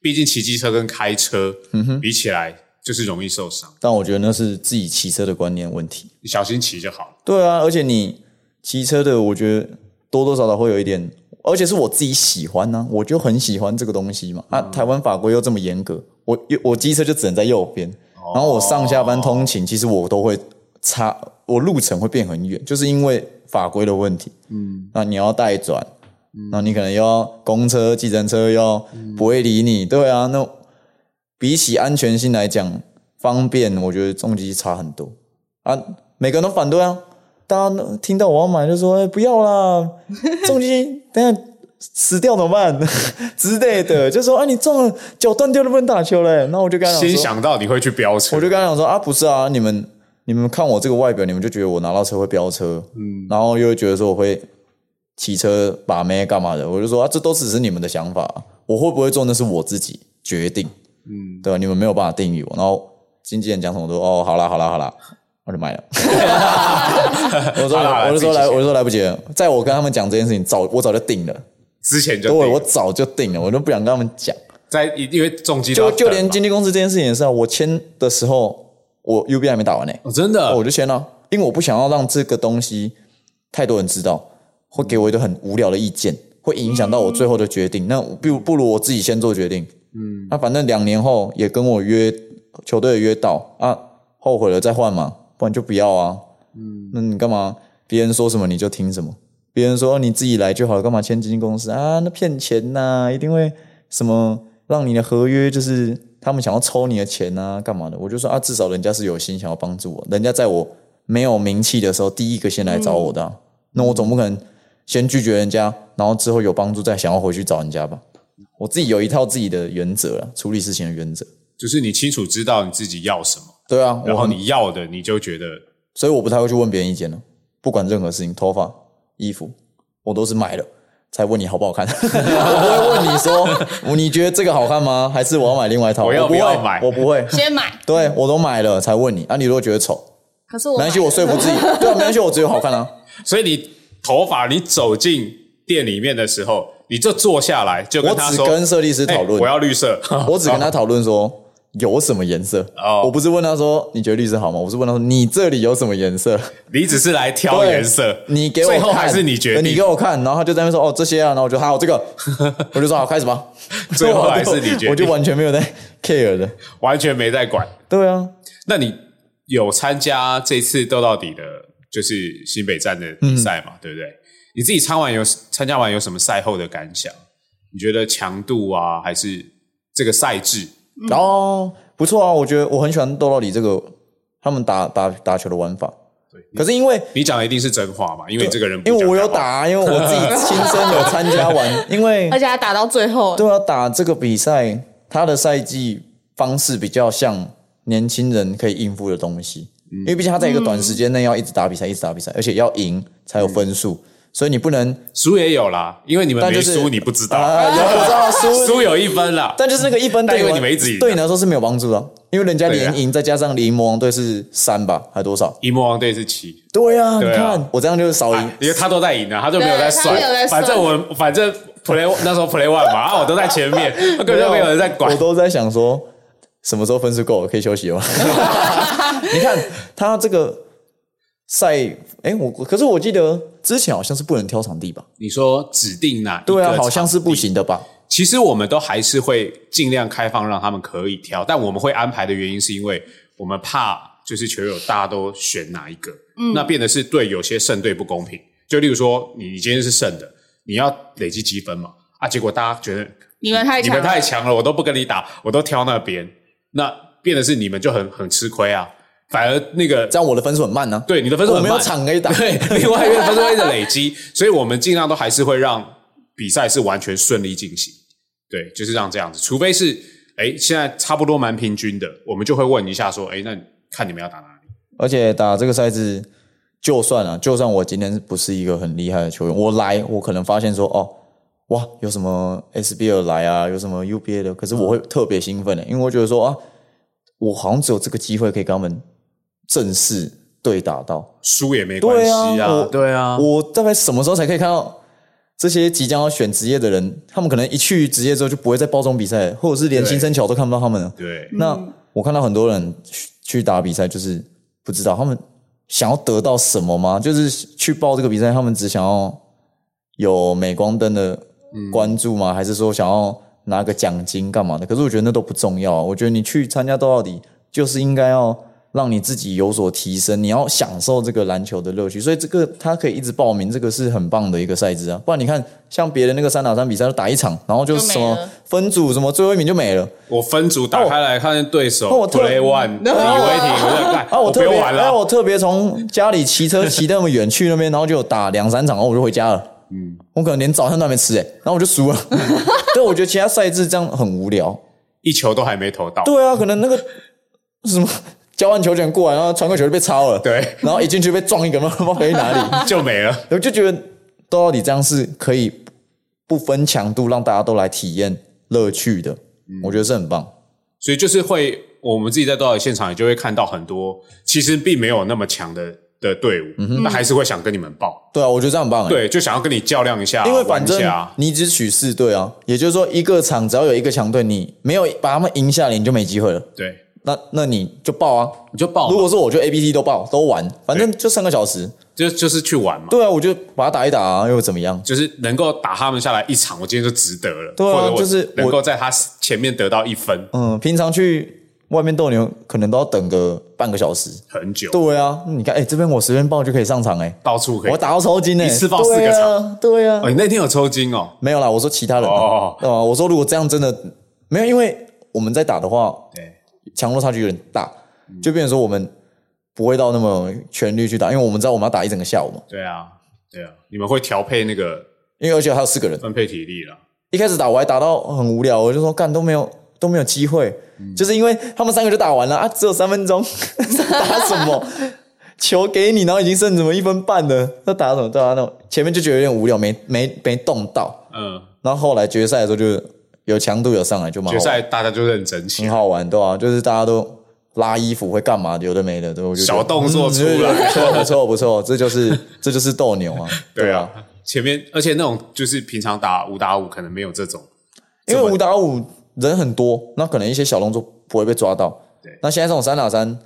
S1: 毕竟骑机车跟开车、
S3: 嗯
S1: 比起来，就是容易受伤，
S3: 但我觉得那是自己骑车的观念问题。
S1: 你小心骑就好。
S3: 对啊，而且你骑车的，我觉得多多少少会有一点，而且是我自己喜欢呢、我就很喜欢这个东西嘛。啊，台湾法规又这么严格，我右我机车就只能在右边，然后我上下班通勤，其实我都会差，我路程会变很远，就是因为法规的问题。嗯，那你要带转，那你可能又要公车、计程车又要不会理你，对啊，那比起安全性来讲，方便我觉得重机差很多啊。每个人都反对啊，大家都听到我要买就说：“哎、不要啦，重机等一下死掉怎么办 之类的。”就说：“啊，你中了脚断掉都不能打球嘞。”那我就跟他讲说
S1: 先想到你会去飙车，
S3: 我就跟他讲说啊，不是啊，你们你们看我这个外表，你们就觉得我拿到车会飙车，嗯，然后又会觉得说我会骑车把妹干嘛的，我就说啊，这都只是你们的想法，我会不会做那是我自己决定，嗯，对吧？你们没有办法定义我。然后经纪人讲什么我都哦，好啦好啦好啦，我就买了。 我说
S1: 好啦好啦
S3: 我就说
S1: 自己去
S3: 来，我就说来不及了。在我跟他们讲这件事情，早我早就定了，
S1: 之前就
S3: 对，
S1: 定
S3: 我早就定了，我都不想跟他们讲。
S1: 在因为重机都要
S3: 就就
S1: 等
S3: 连
S1: 嘛
S3: 经纪公司这件事情也是啊，我签的时候我 UB 还没打完呢、
S1: 哦真的
S3: 我就签了，因为我不想要让这个东西太多人知道，会给我一个很无聊的意见，会影响到我最后的决定。那我不如不如我自己先做决定。嗯，那反正两年后也跟我约球队约到啊，后悔了再换嘛，不然就不要啊。嗯，那你干嘛？别人说什么你就听什么，别人说你自己来就好了，干嘛签经纪公司啊？那骗钱呐、一定会什么让你的合约就是他们想要抽你的钱啊，干嘛的？我就说啊，至少人家是有心想要帮助我，人家在我没有名气的时候第一个先来找我的
S1: 嗯
S3: 啊、那我总不可能先拒绝人家，然后之后有帮助再想要回去找人家吧？我自己有一套自己的原则啊，处理事情的原则。
S1: 就是你清楚知道你自己要什么，
S3: 对啊，
S1: 然
S3: 我
S1: 后
S3: 很，
S1: 你要的你就觉得
S3: 所以我不太会去问别人意见了，不管任何事情，头发、衣服，我都是买了。才问你好不好看，我 不会问你说你觉得这个好看吗？还是我要买另外一套？
S1: 我要不
S3: 不
S1: 要
S3: 会
S1: 买
S3: 我不会，
S2: 先买。
S3: 对我都买了才问你啊，你如果觉得丑，
S2: 可是我
S3: 没
S2: 买
S3: 关系，我说服自己，对啊，没关系，我只有好看啊。
S1: 所以你头发，你走进店里面的时候，你就坐下来，就跟
S3: 我
S1: 他
S3: 只
S1: 说：“
S3: 跟设计师
S1: 哎
S3: 讨论，
S1: 我要绿色。
S3: 我只跟他讨论说有什么颜色
S1: 哦
S3: 我不是问他说你觉得绿色好吗？我是问他说你这里有什么颜色？”
S1: 你只是来挑
S3: 对
S1: 颜色，
S3: 你给我
S1: 最后
S3: 看
S1: 还是你决
S3: 对
S1: 定，
S3: 你给我看，然后他就在那边说哦这些啊，然后我就 好这个，我就说好开始吧。
S1: 最后还是你决定
S3: 我就完全没有在 care 的。
S1: 完全没在管。
S3: 对啊，
S1: 那你有参加这次斗到底的，就是新北站的比赛嘛？对不对？你自己参完有参加完有什么赛后的感想？你觉得强度啊，还是这个赛制？
S3: 然后不错啊，我觉得我很喜欢斗到底这个他们打打打球的玩法。可是因为
S1: 你讲的一定是真话嘛？因为这个人不
S3: 因为
S1: 讲
S3: 我有
S1: 干话
S3: 打、，啊，因为我自己亲身有参 加完，因为
S2: 而且还打到最 后，
S3: 对啊，打这个比赛，他的赛季方式比较像年轻人可以应付的东西，因为毕竟他在一个短时间内要一直打比赛，一直打比赛，而且要赢才有分数，所以你不能
S1: 输也有啦，因为你们
S3: 但
S1: 没
S3: 就是
S1: 输，你不 知道。
S3: 啊，有我知道输
S1: 输有一分啦，
S3: 但就是那个一分
S1: 但
S3: 对
S1: 因为
S3: 我
S1: 你们一直赢
S3: 对你来说是没有帮助的啊，因为人家
S1: 对啊
S3: 连赢，再加上离魔王队是三吧，还多少？
S1: 一魔王队是七，
S3: 对啊，你
S1: 对啊
S3: 看我这样就是少赢
S1: 哎因为他都在赢啊，他就没有在算
S2: 对他没有在。算
S1: 反正我反正 play 那时候 play one 嘛，啊，我都在前面，根本就没有人在管
S3: 我。都在想说，什么时候分数够了可以休 息了吗？你看他这个赛，哎，我可是我记得之前好像是不能挑场地吧？
S1: 你说指定哪一个
S3: 对啊，
S1: 场
S3: 好像是不行的吧？
S1: 其实我们都还是会尽量开放让他们可以挑，但我们会安排的原因是因为我们怕就是球友大家都选哪一个，
S2: 嗯
S1: 那变得是对有些胜队不公平。就例如说，你你今天是胜的，你要累积积分嘛，啊，结果大家觉得
S2: 你们太
S1: 你
S2: 强了，
S1: 们太强了，我都不跟你打，我都挑那边，那变得是你们就很很吃亏啊。反而那个
S3: 这样我的分数很慢呢、
S1: 对你的分数很慢
S3: 我没有场可以打
S1: 对，另外一边分数会一直累积， 所以我们尽量都还是会让比赛是完全顺利进行。对，就是让这样子，除非是哎现在差不多蛮平均的，我们就会问一下说，哎，那你看你们要打哪里？
S3: 而且打这个赛制，就算啊，就算我今天不是一个很厉害的球员，我来，我可能发现说，哦，哇，有什么 SBL 来啊，有什么 UBA 的，可是我会特别兴奋的，因为我觉得说啊，我好像只有这个机会可以跟他们正式对打到。
S1: 输也没关系
S3: 我
S1: 啊，对啊，
S3: 我大概什么时候才可以看到这些即将要选职业的人？他们可能一去职业之后就不会再报这种比赛了，或者是连
S1: 对
S3: 新生桥都看不到他们了。
S1: 对，
S3: 那
S2: 嗯
S3: 我看到很多人去去打比赛，就是不知道他们想要得到什么吗？就是去报这个比赛，他们只想要有镁光灯的关注吗？还是说想要拿个奖金干嘛的？可是我觉得那都不重要啊、我觉得你去参加斗到底，就是应该要让你自己有所提升，你要享受这个篮球的乐趣。所以这个他可以一直报名，这个是很棒的一个赛制啊。不然你看，像别的那个三打三比赛，都打一场，然后就
S2: 就没
S3: 什么
S2: 了
S3: 分组什么最后一名就没了。
S1: 我分组打开来看见对手
S3: 哦我特
S1: Play One 李威廷，我在看，
S3: 啊，我
S1: 不
S3: 特
S1: 用
S3: 别，
S1: 玩
S3: 哎，
S1: 了，
S3: 我特别从家里骑车 骑那么远去那边，然后就打两三场，然后我就回家了。嗯，我可能连早餐都还没吃哎、然后我就 输了。对，我觉得其他赛制这样很无聊。
S1: 一球都还没投到，
S3: 对啊，可能那个 什么 交换球权过来，然后传个球就被抄了。，
S1: 对，
S3: 然后 一进去被撞一个，不知道飞哪里。
S1: 就没了。
S3: 我就觉得到底这样是可以不分强度让大家都来体验乐趣的，
S1: 嗯
S3: 我觉得是很棒。
S1: 所以就是会，我们自己在多少现场也就会看到很多，其实并没有那么强的的队伍，
S3: 嗯
S1: 那、还是会想跟你们报，
S3: 对啊，我觉得这样很棒哎、
S1: 对，就想要跟你较量一下，
S3: 因为反
S1: 玩一
S3: 正
S1: 啊下
S3: 你只取四队啊，也就是说一个场只要有一个强队，你没有把他们赢下来，你就没机会了。
S1: 对，
S3: 那那你就报啊！
S1: 你就报嘛，
S3: 如果是我就 A、B、C 都报都玩，反正就三个小时。
S1: 就就是去玩嘛，
S3: 对啊，我就把它打一打啊，又怎么样？
S1: 就是能够打他们下来一场，我今天就值得了，
S3: 对啊
S1: 或者我
S3: 就是我
S1: 能够在他前面得到一分，
S3: 嗯，平常去外面斗牛可能都要等个半个小时。
S1: 很久，
S3: 对啊，你看，哎、这边我随便报就可以上场、哎，
S1: 到处可以
S3: 我。打到抽筋呢、
S1: 一次报四个
S3: 场，对啊，
S1: 哦，你那天有抽筋哦，
S3: 没有啦，我说其他人、啊，
S1: 哦
S3: 哦我说如果这样真的没有，因为我们在打的话，
S1: 对，
S3: 强弱差距有点大，就变成说我们不会到那么全力去打，因为我们知道我们要打一整个下午嘛，
S1: 对啊，对啊，你们会调配那个
S3: 因为而且还有四个人，
S1: 分配体力了，
S3: 一开始打我还打到很无聊，我就说干都没有都没有机会，就是因为他们三个就打完了啊，只有三分钟， 打什么？球给你，然后已经剩什么一分半了，那打什么？对啊，那种前面就觉得有点无聊，没没没动到，
S1: 嗯，
S3: 然后后来决赛的时候就有强度有上来，就蛮好
S1: 决
S3: 玩
S1: 赛大家就认真起
S3: 挺
S1: 来，
S3: 好玩，对啊，就是大家都拉衣服会干嘛的，有的没的，对，我就觉得
S1: 小动作出来
S3: 嗯不错不错不错，这就是这就是斗牛啊，
S1: 对啊，前面而且那种就是平常打五打五可能没有这种，
S3: 啊因为五打五人很多，那可能一些小动作不会被抓到，
S1: 对
S3: 那现在这种三打三，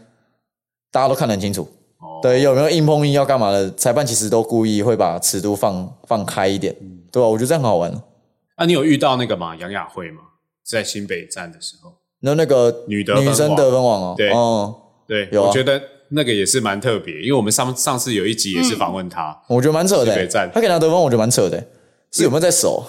S3: 大家都看得很清楚，
S1: 哦
S3: 对，有没有硬碰硬要干嘛的，裁判其实都故意会把尺度放放开一点，
S1: 嗯
S3: 对吧、啊我觉得这样很好玩。
S1: 那、啊你有遇到那个吗？杨雅慧吗？在新北站的时候，
S3: 那那个
S1: 女得分
S3: 女生
S1: 王
S3: 得分网哦，
S1: 对
S3: 哦，
S1: 对，
S3: 有啊
S1: 我觉得那个也是蛮特别，因为我们上上次有一集也是访问 她，
S3: 我觉得蛮扯的、
S1: 西北站
S3: 他给他得分，我觉得蛮扯的、欸是有没有在啊手？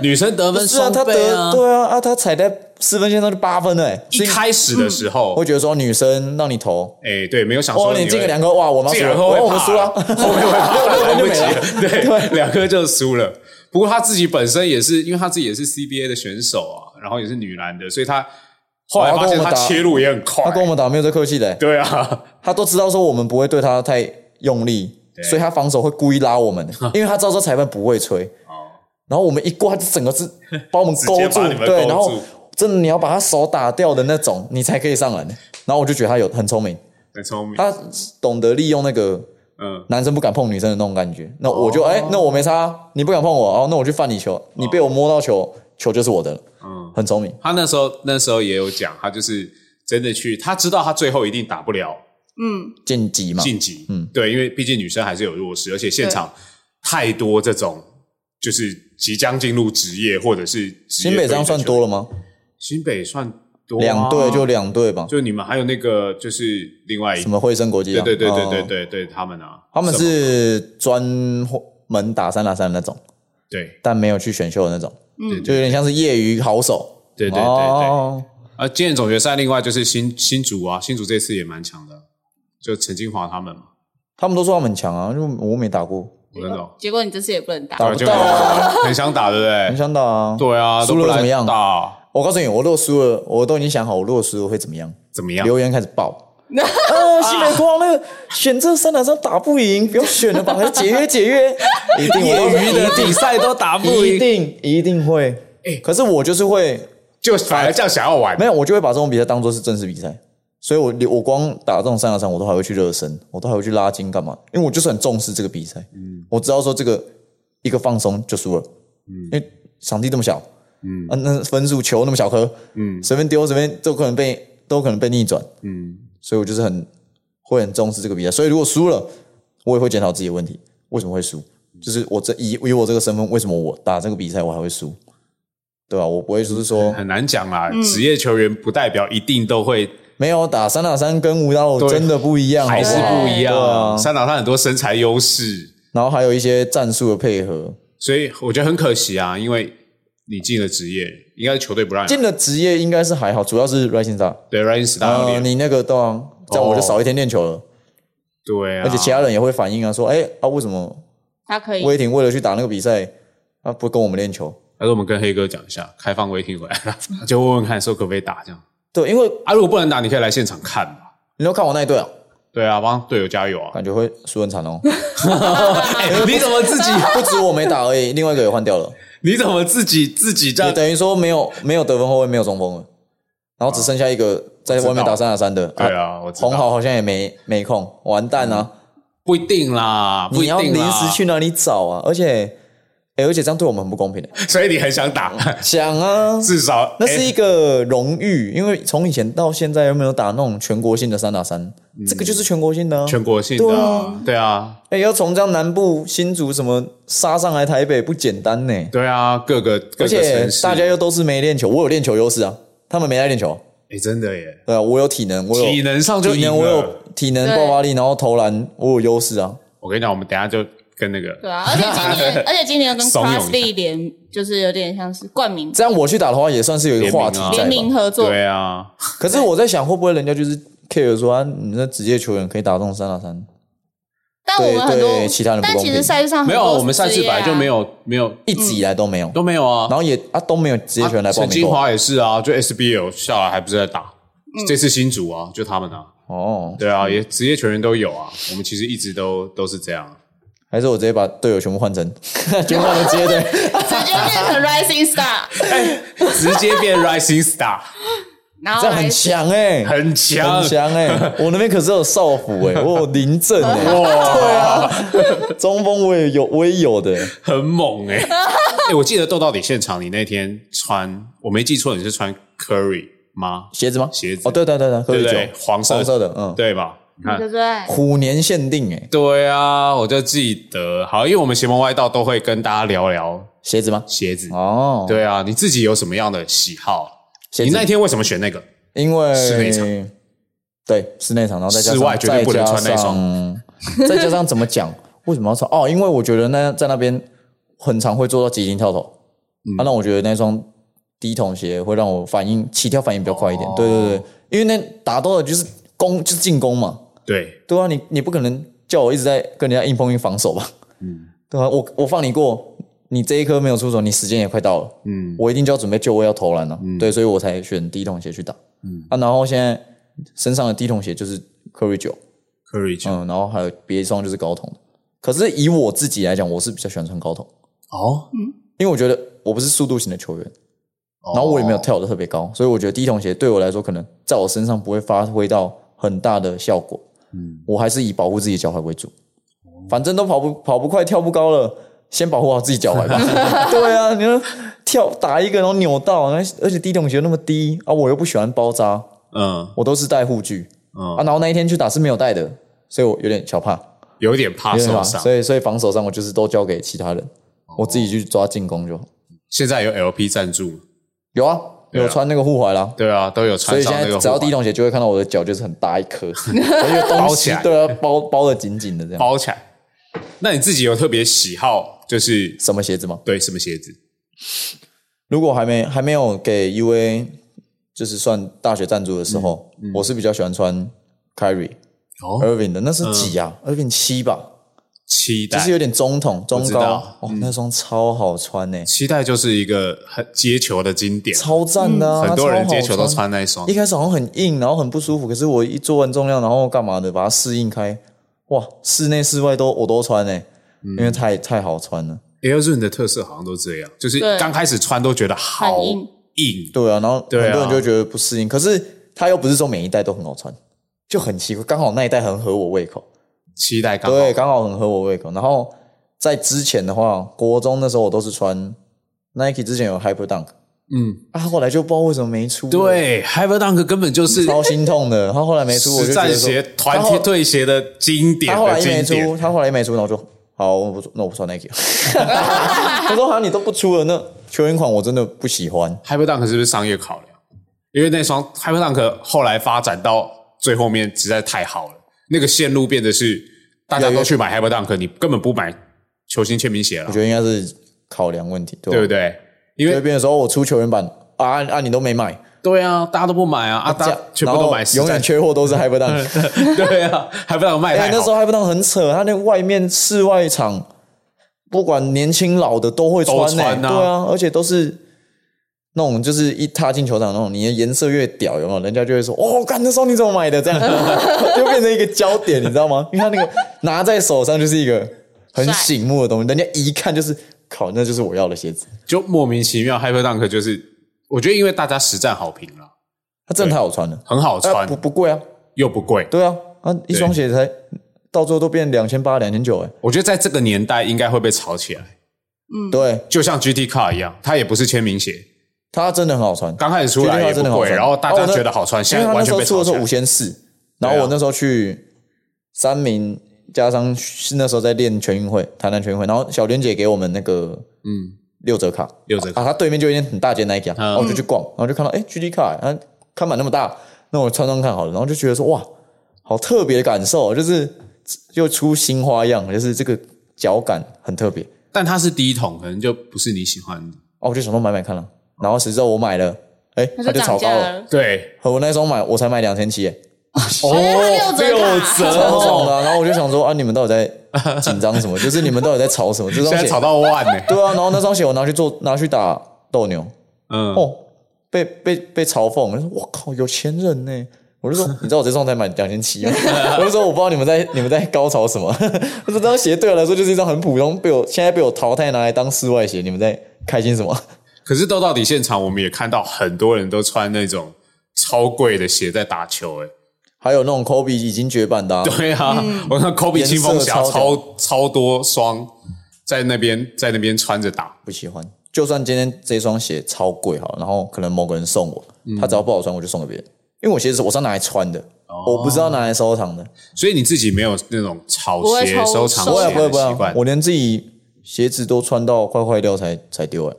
S1: 女生得分
S3: 是啊，
S1: 双
S3: 他
S1: 倍
S3: 得
S1: 啊，
S3: 对啊啊，他踩在四分线上就八分了、欸，
S1: 一
S3: 所以
S1: 开始的时候，
S3: 会觉得说女生让你投，
S1: 哎、对，没有想
S3: 哇，
S1: 说
S3: 嗯哦你进
S1: 会
S3: 个两颗，哇，我们
S1: 进
S3: 要
S1: 了
S3: 输
S1: 后
S3: 了，
S1: 会
S3: 哇我们
S1: 怕
S3: 输了，
S1: 后面会怕来不及
S3: 没
S1: 了，对，两颗就输了。不过她自己本身也是，因为她自己也是 CBA 的选手啊，然后也是女篮的，所以她后来
S3: 哦
S1: 发
S3: 她跟我
S1: 现
S3: 们
S1: 她
S3: 打
S1: 切入也很快
S3: 他，跟我们打没有这客气的、欸，
S1: 对啊，
S3: 他都知道说我们不会对他太用力，所以他防守会故意拉 我们，因为他知道说裁判不会吹。然后我们一过，他就整个 是把我们
S1: 哦直
S3: 勾
S1: 接
S3: 住
S1: 把你，们勾
S3: 对，然后
S1: 住
S3: 真的你要把他手打掉的那种，你才可以上篮。然后我就觉得他有很聪明，
S1: 很聪明，
S3: 他懂得利用那个
S1: 嗯，
S3: 男生不敢碰女生的那种感觉。那
S1: 哦
S3: 我就哎、那我没差，你不敢碰我，哦，那我去犯你球，你被我摸到球，球就是我的了。嗯，很聪明。
S1: 他那时候那时候也有讲，他就是真的去，他知道他最后一定打不了
S2: 嗯
S3: 晋级嘛，
S1: 晋级，嗯，对，因为毕竟女生还是有弱势，而且现场太多这种就是即将进入职业或者是职业
S3: 新北这
S1: 队
S3: 样
S1: 的
S3: 算
S1: 球
S3: 多了吗？
S1: 新北算多、啊，
S3: 两队就两队吧，
S1: 就你们还有那个就是另外一
S3: 什么惠生国际
S1: 对
S3: 啊？
S1: 对对对
S3: 哦
S1: 对对对，他们啊，
S3: 他们
S1: 什么
S3: 是专门打三打三的那种，
S1: 对
S3: 但没有去选秀的那种，
S1: 对
S3: 就有点像是业余好手。
S1: 嗯对对对对
S3: 哦
S1: 啊，今年总决赛另外就是新新竹啊，新竹这次也蛮强的，就陈金华他们嘛，
S3: 他们都说他们很强啊，因为我没打过，
S1: 我真的
S2: 结果你这次也不能打，
S3: 打不
S1: 就
S3: 到
S1: 很想打，对不
S3: 很
S1: 对？
S3: 想打啊。
S1: 对啊，
S3: 输了
S1: 都不来
S3: 怎么样
S1: 打
S3: 我告诉你，我如果输了，我都已经想好，我如果输了会怎么样？
S1: 怎么样？
S3: 留言开始爆。呃，西北光那个选这三打三打不赢，不要选了吧，还是解约解约。 一定
S1: 业余哦的
S3: 我
S1: 比赛都打不
S3: 一
S1: 赢，
S3: 定一定会。可是我就是会
S1: 就反而这样想要玩
S3: 没。有，我就会把这种比赛当做是正式比赛，所以我我光打这种三打三，我都还会去热身，我都还会去拉筋干嘛？因为我就是很重视这个比赛，我知道说这个一个放松就输了，因为场地这么小，嗯，啊、那分数球那么小颗，嗯，随便丢随便都可能被都可能被逆转，
S1: 嗯，
S3: 所以我就是很会很重视这个比赛，所以如果输了，我也会检讨自己的问题，为什么会输？就是我这以以我这个身份，为什么我打这个比赛我还会输？对吧、我不会就是说
S1: 很难讲啦。职业球员不代表一定都会，
S3: 没有打三打三跟五打五
S1: 对
S3: 真的不一样，
S1: 还是
S3: 好不好
S1: 不一样。
S3: 哦对啊
S1: 三打三很多身材优势，
S3: 然后还有一些战术的配合。
S1: 所以我觉得很可惜啊，因为你进了职业，应该是球队不让你
S3: 进了职业应该是还好，主要是 Rising Star，
S1: 对 Rising Star 有
S3: 呃，
S1: 点
S3: 你那个对啊，
S1: 哦
S3: 这样我就少一天练球了，
S1: 对啊，
S3: 而且其他人也会反映啊，说哎啊为什么
S2: 他可
S1: 嗯
S2: 以。
S3: 威霆为了去打那个比赛，啊不跟我们练球？
S1: 还是我们跟黑哥讲一下，开放微听回来了， 就问问看说可不可以打这样
S3: 对，因为
S1: 啊？如果不能打，你可以来现场看嘛。
S3: 你都看我那一队啊，
S1: 对啊，帮队友加油啊！
S3: 感觉会输 很惨哦。
S1: 哎你怎么自己？
S3: 不止我没打而已，另外一个也换 掉了，
S1: 你怎么自己自己这
S3: 也
S1: 样？
S3: 等于说没有没有得分后卫，没有中锋了，然后只剩下一个在外面打三打三的。
S1: 对，啊，我知
S3: 红
S1: 道，
S3: 好好像也没没空，完蛋啊！
S1: 不一定啦，不
S3: 你
S1: 一
S3: 要
S1: 定
S3: 临
S1: 啦
S3: 时。去哪里找啊？而且，哎、而且这样对我们很不公平的。
S1: 所以你很想打，
S3: 想啊，
S1: 至少
S3: 那是
S1: 哎
S3: 一个荣誉，因为从以前到现在有没有打那种全国性的三打三？这个就是全国性的、
S1: 嗯
S3: 啊。
S1: 哎全国性的啊，对啊，
S3: 哎、要从这样南部新竹什么杀上来台北，不简单呢、
S1: 对啊，各个各个
S3: 而且
S1: 城市，
S3: 大家又都是没练球，我有练球优势啊，他们没在练球。
S1: 哎，真的耶，
S3: 对啊，我有体能，我有
S1: 体能上就
S3: 体
S1: 赢
S3: 能，我
S1: 了
S3: 有。体能
S2: 对
S3: 爆发力，然后投篮我有优势啊。
S1: 我跟你讲，我们等一下就跟那个
S2: 对啊，而且今 年，而且今年跟
S1: 怂恿一下
S2: CrossFit 联，就是有点像是冠名
S3: 这样我去打的话，也算是有一个话题
S1: 联名啊
S2: 联
S3: 在吧？
S2: 名合作，
S1: 对啊，
S3: 可是我在想，会不会人家就是 care 说啊，你那职业球员可以打这种三打三，
S2: 但我们很
S3: 对
S2: 多
S3: 对其他人不
S2: 但
S3: 公
S2: 其
S3: 平
S2: 实赛事上
S1: 没有，
S2: 很多
S1: 我们赛
S2: 职
S1: 事
S2: 业
S1: 本来就
S2: 啊
S1: 没有没有
S3: 一直以来都没有，
S1: 都没有啊。
S3: 然后也啊都没有职业球员来报
S1: 陈
S3: 名
S1: 金
S3: 过、
S1: 华也是啊，就 SBL 下来还不是在打，
S2: 嗯
S1: 这次新竹啊，就他们啊，
S3: 哦，
S1: 对啊，也职业球员都有啊。我们其实一直都都是这 样，啊
S3: 还是我直接把队友全部换成， 全部换成职业队，
S2: 直接变 成 Rising Star，
S1: 直接变 Rising Star，
S2: 然后
S3: 这样
S2: 来
S3: 很强哎、
S1: 很强
S3: 很。强哎、我那边可是有少辅 哎、我有林振哎、
S1: 哇，
S3: 啊中锋我也有，我也有的、
S1: 很猛 哎、哎我记得斗到底现场，你那天穿，我没记错，你是穿 Curry 吗？
S3: 鞋子吗？
S1: 鞋子
S3: 哦，对对对
S1: 对
S3: 对，科
S1: 不
S3: 比
S1: 对
S3: 九？
S1: 黄色
S3: 黄色的，嗯，
S1: 对吧？你看
S2: 对，不对？
S3: 虎年限定哎、
S1: 对啊，我就记得。好，因为我们邪门歪道都会跟大家聊聊
S3: 鞋子吗？
S1: 鞋子。
S3: 哦，
S1: 对啊，你自己有什么样的喜好？
S3: 鞋
S1: 你
S3: 子
S1: 那天为什么选那个？
S3: 因为
S1: 室内场
S3: 对室内场，然后再加上
S1: 室外绝对不能穿那
S3: 双，再加上怎么讲？为什么要穿？哦，因为我觉得那在那边很常会做到极限跳投，
S1: 嗯
S3: 啊，让我觉得那双低筒鞋会让我反应起跳反应比较快一点。
S1: 哦
S3: 对对对，因为那打到的就是攻，就是进攻嘛。
S1: 对，
S3: 对啊，你你不可能叫我一直在跟人家硬碰硬防守吧？嗯，对啊，我我放你过，你这一颗没有出手，你时间也快到了，嗯，我一定就要准备就位要投篮了、对，所以我才选低筒鞋去打，嗯啊，然后现在身上的低筒鞋就是 Curry 九，
S1: Curry 九、
S3: 嗯，然后还有别一双就是高筒的，可是以我自己来讲，我是比较喜欢穿高筒，
S1: 哦，
S3: 因为我觉得我不是速度型的球员，然后
S1: 哦
S3: 我也没有跳得特别高，所以我觉得低筒鞋对我来说，可能在我身上不会发挥到很大的效果。嗯，我还是以保护自己脚踝为主。
S1: 哦
S3: 反正都跑不跑不快，跳不高了，先保护好自己脚踝吧。 对啊，你说跳打一个，然后扭到，然后而且低筒鞋那么低啊，我又不喜欢包扎，
S1: 嗯，
S3: 我都是带护具、啊。然后那一天去打是没有带的，所以我有点小怕，
S1: 有点怕
S3: 有点
S1: 受
S3: 怕，
S1: 伤。哦
S3: 所以所以防守上我就是都交给其他人，我自己去抓进攻就好。
S1: 现在有 LP 赞助，
S3: 有啊，
S1: 啊
S3: 有穿那个护踝啦。
S1: 对啊，都有
S3: 所
S1: 穿
S3: 以
S1: 上
S3: 现
S1: 那
S3: 在
S1: 个
S3: 只要
S1: 护
S3: 低
S1: 踝
S3: 筒鞋，就会看到我的脚就是很大一颗，而且 东
S1: 包起
S3: 西
S1: 来
S3: 对啊，包包的紧紧的这样。
S1: 包起来。那你自己有特别喜好，就是
S3: 什么鞋子吗？
S1: 对什么鞋子？
S3: 如果还没还没有给 U A 就是算大学赞助的时候，
S1: 嗯
S3: 我是比较喜欢穿 Kyrie
S4: 哦，
S3: Irving 的，那
S1: 嗯
S3: 是几啊、i r v i n g 七吧，
S1: 期
S3: 就
S1: 待
S3: 是有点中筒中
S1: 知
S3: 高，
S1: 道嗯
S3: 哇，那双超好穿呢、
S1: 期待就是一个很接球的经典，
S3: 超赞的、啊
S1: 嗯很多人接球都
S3: 它超好
S1: 穿那一双
S3: 一。开始好像很硬，然后很不舒服，可是我一做完重量，然后干嘛的，把它适应开，哇，室内室外都我都穿诶、
S1: 嗯
S3: 因为太太好穿了。
S1: Air Zoom 的特色好像都这样，就是
S2: 对
S1: 刚开始穿都觉得好
S2: 很硬
S1: 硬，
S3: 对啊，然后很多
S1: 对啊
S3: 人就会觉得不适应，可是它又不是说每一代都很好穿，就很奇怪，刚好那一代很合我胃口，
S1: 期待刚好
S3: 对，刚好很合我胃口。然后在之前的话，国中那时候我都是穿 Nike 之前有 Hyper Dunk
S1: 嗯，
S3: 啊，后来就不知道为什么没出，，
S1: 对，Hyper Dunk 根本就是
S3: 超心痛的。他后来没出，我
S1: 实
S3: 就觉
S1: 战
S3: 得说
S1: 鞋、团
S3: 他后
S1: 体队鞋的经典
S3: 他后来
S1: 的
S3: 一没
S1: 经典
S3: 出，。他后来一没出，然后我就好，我不那我不穿 Nike。他说好，你都不出了，那球员款我真的不喜欢。
S1: Hyper Dunk 是不是商业考量？因为那双 Hyper Dunk 后来发展到最后面实在太好了，那个线路变得是大家都去买 Hyper Dunk，你根本不买球星签名鞋了
S3: 我，觉得应该是考量问题，对吧
S1: 对不？对？因
S3: 因为
S1: 为
S3: 变的时候我出球员版啊啊啊，你都没买，
S1: 对啊，大家都不买啊，啊，大
S3: 这
S1: 家
S3: 样
S1: 全部都买
S3: 然后
S1: 实
S3: 永
S1: 战
S3: 远缺货都是 Hyper Dunk。
S1: 对啊，Hyper Dunk 卖
S3: 哎，
S1: 太
S3: 那时
S1: 好，
S3: 候 Hyper Dunk 很扯，他那外面室外场，不管年轻老的都会穿
S1: 都
S3: 呢、
S1: 穿啊
S3: 对啊，而且都是。那种就是一踏进球场那种，你的颜色越屌，有没有？人家就会说：“哦，干，那时候你怎么买的？”这 样就变成一个焦点，你知道吗？因为他那个拿在手上就是一个很
S2: 帅
S3: 醒目的东西，人家一看就是，靠，那就是我要的鞋子。
S1: 就莫名其妙 Hyper Dunk 就是，我觉得因为大家实战好评了，
S3: 它真的太好穿了，
S1: 很好
S3: 啊
S1: 穿
S3: 不不贵啊，
S1: 又不贵，
S3: 对啊，啊，一双鞋才到最后都变两千八、两千九，哎，
S1: 我觉得在这个年代应该会被炒起来，
S3: 对，
S1: 就像 GT Car 一样，它也不是签名鞋，
S3: 它真的很好穿，
S1: 刚开始出来也
S3: 真的
S1: 不
S3: 好
S1: 贵，
S3: 穿。
S1: 然后大家
S3: 哦那
S1: 觉得好穿，现
S3: 因
S1: 在
S3: 为它
S1: 完
S3: 那时
S1: 全
S3: 候
S1: 被
S3: 出
S1: 炒
S3: 的时
S1: 起来
S3: 候
S1: 啊
S3: 五。千四，然后我那时候去三明加上是那时候在练全运会，台南全运会，然后小娟姐给我们那个
S1: 嗯，
S3: 六折卡，
S1: 六折
S3: 啊，
S1: 卡，
S3: 她对面就有一间很大间 Nike 啊，
S1: 嗯
S3: 然后我就去逛，然后就看到哎 GD 卡，啊，看板那么大，那我穿穿看好了，然后就觉得说哇，好特别的感受，就是又出新花样，就是这个脚感很特别，
S1: 但它是第一桶，可能就不是你喜欢的。
S3: 哦，我就想说买买看了，然后谁知道我买了，哎，
S2: 它
S3: 它
S2: 就涨
S3: 就炒高
S2: 价
S3: 了。
S2: 了，
S1: 对，
S3: 和我那时候买，我才买两千七，哎，
S2: 哦，它六折
S1: 六折
S2: 卡，
S3: 超爽的啊、然后我就想说啊，你们到底在紧张什么？就是你们到底在吵什么？这
S1: 现
S3: 双
S1: 在
S3: 鞋
S1: 炒，到万呢、
S3: 对啊，然后那双鞋我拿去做，拿去打斗牛，
S1: 嗯，
S3: 哦，被被被嘲讽，我就说我靠，有钱人呢。我就说，你知道我这双才买两千七吗？我就说，我不知道你们在你们在高潮什么。 我说这双鞋对我来说就是一双很普通，被我现在被我淘汰拿来当室外鞋，你们在开心什么？
S1: 可是斗到底现场，我们也看到很多人都穿那种超贵的鞋在打球、欸，
S3: 嗯还有那种 Kobe 已经绝版的、啊，
S1: 对啊，我看 Kobe
S3: 颜色
S1: 清风侠
S3: 超
S1: 超超多双在那边在那边穿着打，
S3: 不喜欢。就算今天这双鞋超贵好了，然后可能某个人送我，
S1: 嗯
S3: 他只要不好穿，我就送给别人，因为我鞋子是我是要拿来穿的，
S1: 哦
S3: 我不是要拿来收藏的。
S1: 所以你自己没有那种炒
S2: 不会
S1: 鞋、
S2: 抽
S1: 收藏
S3: 不
S2: 收
S3: 会啊，
S1: 鞋
S3: 不会，
S1: 的
S3: 不会
S1: 习
S3: 啊
S1: 惯，，
S3: 我连自己鞋子都穿到快坏掉才才丢哎、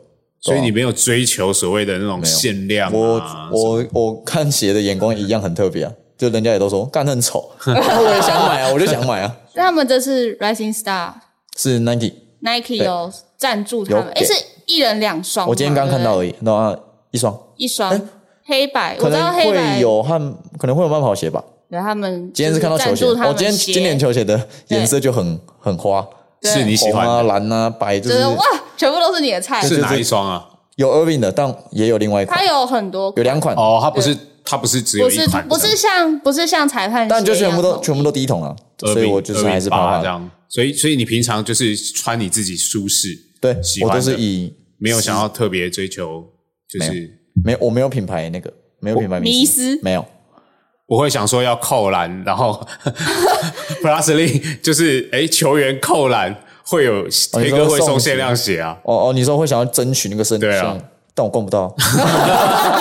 S1: 所以你没有追求所谓的那种限量啊
S3: 我。我我看鞋的眼光一样很特别啊，就人家也都说干得很丑，我也想买啊，我就想买啊，
S2: 那他们这次 Rising Star
S3: 是 Nike，
S2: Nike
S3: 对
S2: 有赞助他们，
S3: 有
S2: 哎，
S3: 给
S2: 是一人两双嘛，
S3: 我今天刚看到
S2: 对
S3: 而已，然后啊一双，
S2: 不对一双黑白，我
S3: 可
S2: 知道
S3: 能
S2: 黑白
S3: 会，有和可能会有慢跑鞋吧，
S2: 对他们
S3: 今天是看到球鞋，
S2: 就是赞助他
S3: 我、
S2: 们
S3: 今天
S2: 鞋
S3: 今年球鞋的颜色就很很花，
S1: 是你喜
S3: 红
S1: 欢
S3: 啊、
S1: 的，
S3: 蓝啊、白，就
S2: 觉
S3: 是
S2: 得哇，全部都是你的菜，
S1: 是哪一双啊？
S3: 有 Irving 的，但也有另外一款
S2: 它，有很多
S3: 有两款，
S1: 哦，它不是，它不是只有
S2: 不
S1: 一
S2: 是
S1: 款，
S2: 不是像不是像裁判鞋一样哦统
S3: 但
S2: 一，
S3: 就全部都全部都低筒啊，
S1: 20，
S3: 所以我就是还是
S1: 20
S3: 怕
S1: 这
S3: 怕。
S1: 样。所以，所以你平常就是穿你自己舒适，
S3: 对
S1: 喜
S3: 我
S1: 欢的
S3: 都是以
S1: 没有想要特别追求，就是
S3: 没有我没有品牌那个没有品牌
S2: 迷思
S3: 没有，
S1: 不会想说要扣篮，然 后 plus 令就是哎球员扣篮会有黑哥会送限量鞋啊，
S3: 哦哦，你说会想要争取那个身
S1: 对啊
S3: 像但我逛不到。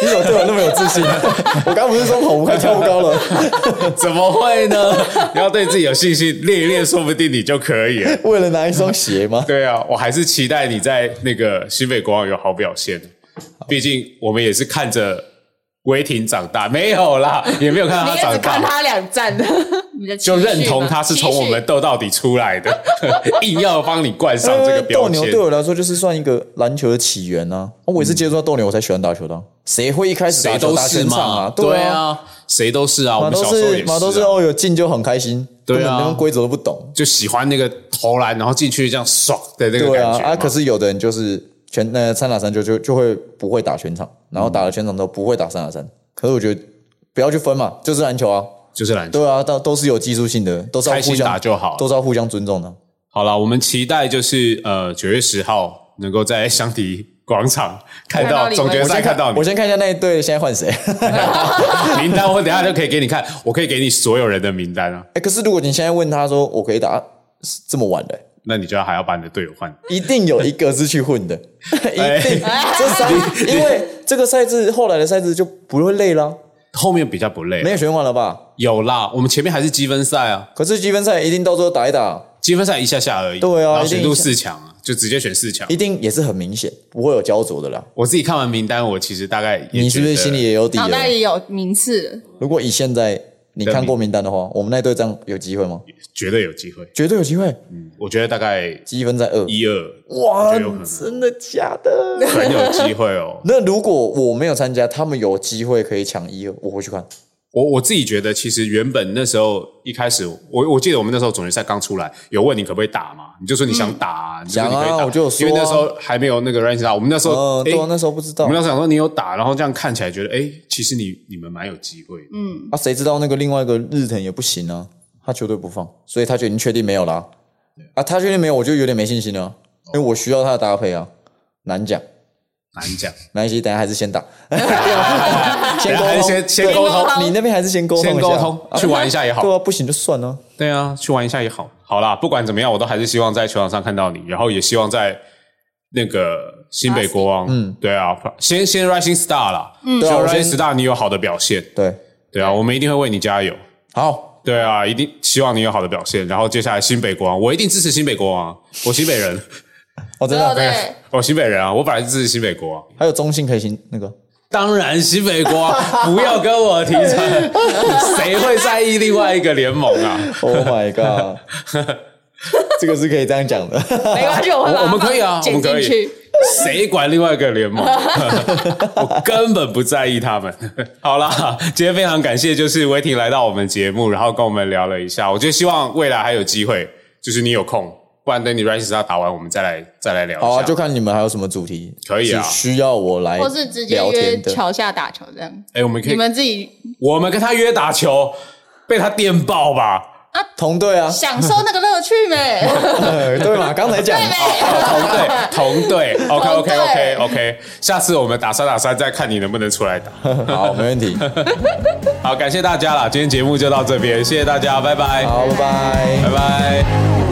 S3: 你怎么对我那么有自信？啊 我刚不是说我快跳不高了？
S1: 啊怎么会呢？ 你要对自己有信心，练一练，说不定你就可以了。
S3: 为了拿一双鞋吗？
S1: 对啊，我还是期待你在那个新北国王有好表现。毕竟我们也是 看着威霆长大，没有啦，也没有看到
S2: 你
S1: 他
S2: 也只
S1: 长
S2: 看
S1: 大。
S2: 他两站的，你的期
S1: 就
S2: 许
S1: 认同
S2: 吗
S1: 他是
S2: 期
S1: 从我
S2: 许
S1: 们斗到底出来的， 硬要帮你冠上这个
S3: 呃
S1: 标
S3: 斗牛
S1: 签
S3: 对。我来说就是算一个篮球的起源呐、啊我也是接触到斗牛，我才喜欢打球的啊、谁会一开始打
S1: 谁
S3: 球
S1: 都
S3: 打
S1: 是
S3: 全场
S1: 嘛，
S3: 啊？对啊，
S1: 啊，谁都是啊。我
S3: 马
S1: 们
S3: 都
S1: 小时候也
S3: 是马都是
S1: 啊
S3: 哦，有进就很开心，
S1: 对啊
S3: 根本连规则都不懂。
S1: 就喜欢那个投篮，然后进去这样爽的那个
S3: 对
S1: 感
S3: 啊
S1: 觉嘛。
S3: 啊！可是有的人就是全那三打三就就就会不会打全场，然后打了全场都不会打三打三。可是我觉得不要去分嘛，就是篮球啊，
S1: 就是篮球。
S3: 对啊，都都是有技术性的，都是要
S1: 开心
S3: 互相
S1: 打就好
S3: 都是要互相尊重的。
S1: 好了，我们期待就是呃九月十号能够在香堤广场看
S2: 看到
S1: 到
S2: 你们
S1: 总决
S2: 我
S1: 赛，看到你
S3: 我。先看一下那一队现在换谁。
S1: 名单我等一下就可以给你看，我可以给你所有人的名单啊。
S3: 哎，可是如果你现在问他说我可以打是这么晚的、
S1: 那你就要还要把你的队友换。
S3: 一定有一个是去混的，一
S1: 哎
S3: 定这 三，因为这个赛制后来的赛制就不会累啦，
S1: 后面比较不累啊
S3: 没，有循环了吧？
S1: 有啦，我们前面还是积分赛啊，
S3: 可是积分赛一定到最后打一打，
S1: 积分赛一下下而已。
S3: 对啊
S1: 然后选
S3: 一定
S1: 入
S3: 一下
S1: 四强啊，就直接选四强
S3: 一。定也是很明显，不会有焦灼的啦。
S1: 我自己看完名单，我其实大概也
S3: 你是不是
S1: 觉得
S3: 心里也有底
S2: 脑
S3: 了？
S2: 袋里有名次了，
S3: 如果以现在你看过名单的话，我们那队这样有机会吗？
S1: 觉得有机会？
S3: 绝对有机会，
S1: 嗯，我觉得大概
S3: 积分在二。
S1: 一二，我
S3: 哇
S1: 觉得有可，能
S3: 真的假的？
S1: 很有机会哦。
S3: 那如果我没有参加，他们有机会可以抢一二，我会去看。
S1: 我我自己觉得，其实原本那时候一开始，我我记得我们那时候总决赛刚出来，有问你可不可以打嘛？你就说你想打、啊，你就说你可以
S3: 嗯想
S1: 打，
S3: 啊我就有说啊
S1: 因为那时候还没有那个 rank 打，我们那时候
S3: 嗯，
S1: 诶
S3: 对啊，那时候不知
S1: 我
S3: 道
S1: 们。那时候想说你有打，然后这样看起来觉得，哎，其实你你们蛮有机会的。
S2: 嗯，
S3: 啊，谁知道那个另外一个日藤也不行啊，他球队不放，所以他就已经确定没有啦、啊。他确定没有，我就有点没信心了、因为我需要他的搭配啊，难讲。
S1: 难 讲，
S3: 没关系，等一下还是先打，
S1: 等
S3: 先
S1: 一下
S3: 沟
S1: 还是
S3: 通，
S1: 先先
S3: 对
S1: 沟通
S3: 你那边还是先沟通一下，
S1: 先沟通，
S3: 啊
S1: 去玩一下也好
S3: 对。啊，不行就算了、
S1: 对啊，去玩一下也好。好啦，不管怎么样，我都还是希望在球场上看到你，然后也希望在那个新北国王，嗯，对啊，先先 Rising Star 啦，嗯，
S3: 对啊我先
S1: Rising Star 你有好的表现，
S3: 对，
S1: 对啊，我们一定会为你加油。
S3: 好，
S1: 对啊，一定希望你有好的表现。然后接下来新北国王，我一定支持新北国王啊，我新北人，
S3: 哦，真的啊、
S2: 哦对，
S1: 我新北人啊，我本来就支持新北国王。
S3: 还有中性可以行 那个，
S1: 当然，新北国 王不要跟我提成，谁会在意另外一个联盟啊？
S3: Oh my god！这个是可以这样讲 的，
S2: 没关系，我会把它
S1: 我们可以啊
S2: 放剪
S1: 我们可
S2: 进
S1: 以
S2: 去。
S1: 谁管另外一个联盟？ 我根本不在意他们。好啦，今天非常感谢就是威婷来到我们节目，然后跟我们聊了一下。我就希望未来还有机会，就是你有空，不然等你 Rice 要打完，我们再来再来聊一下。
S3: 好啊，就看你们还有什么主题，
S1: 可以啊
S3: 是需要我来，
S2: 或是直接
S3: 聊
S2: 约
S3: 天的，
S2: 桥下打球这样，
S1: 哎、我们可
S2: 你
S1: 以，
S2: 们自己
S1: 我们跟他约打球，被他电爆吧？
S3: 同队 啊，
S2: 享受那个乐趣没？
S3: 呃对嘛？刚才讲
S2: 对没？
S1: 哦同队，同 队，OK
S2: 同
S1: OK OK
S2: 队
S1: OK，下次我们打三打三，再看你能不能出来打。
S3: 好，没问题，
S1: 好，感谢大家啦，今天节目就到这边，谢谢大家，拜拜，
S3: 好，拜拜
S1: 拜。拜。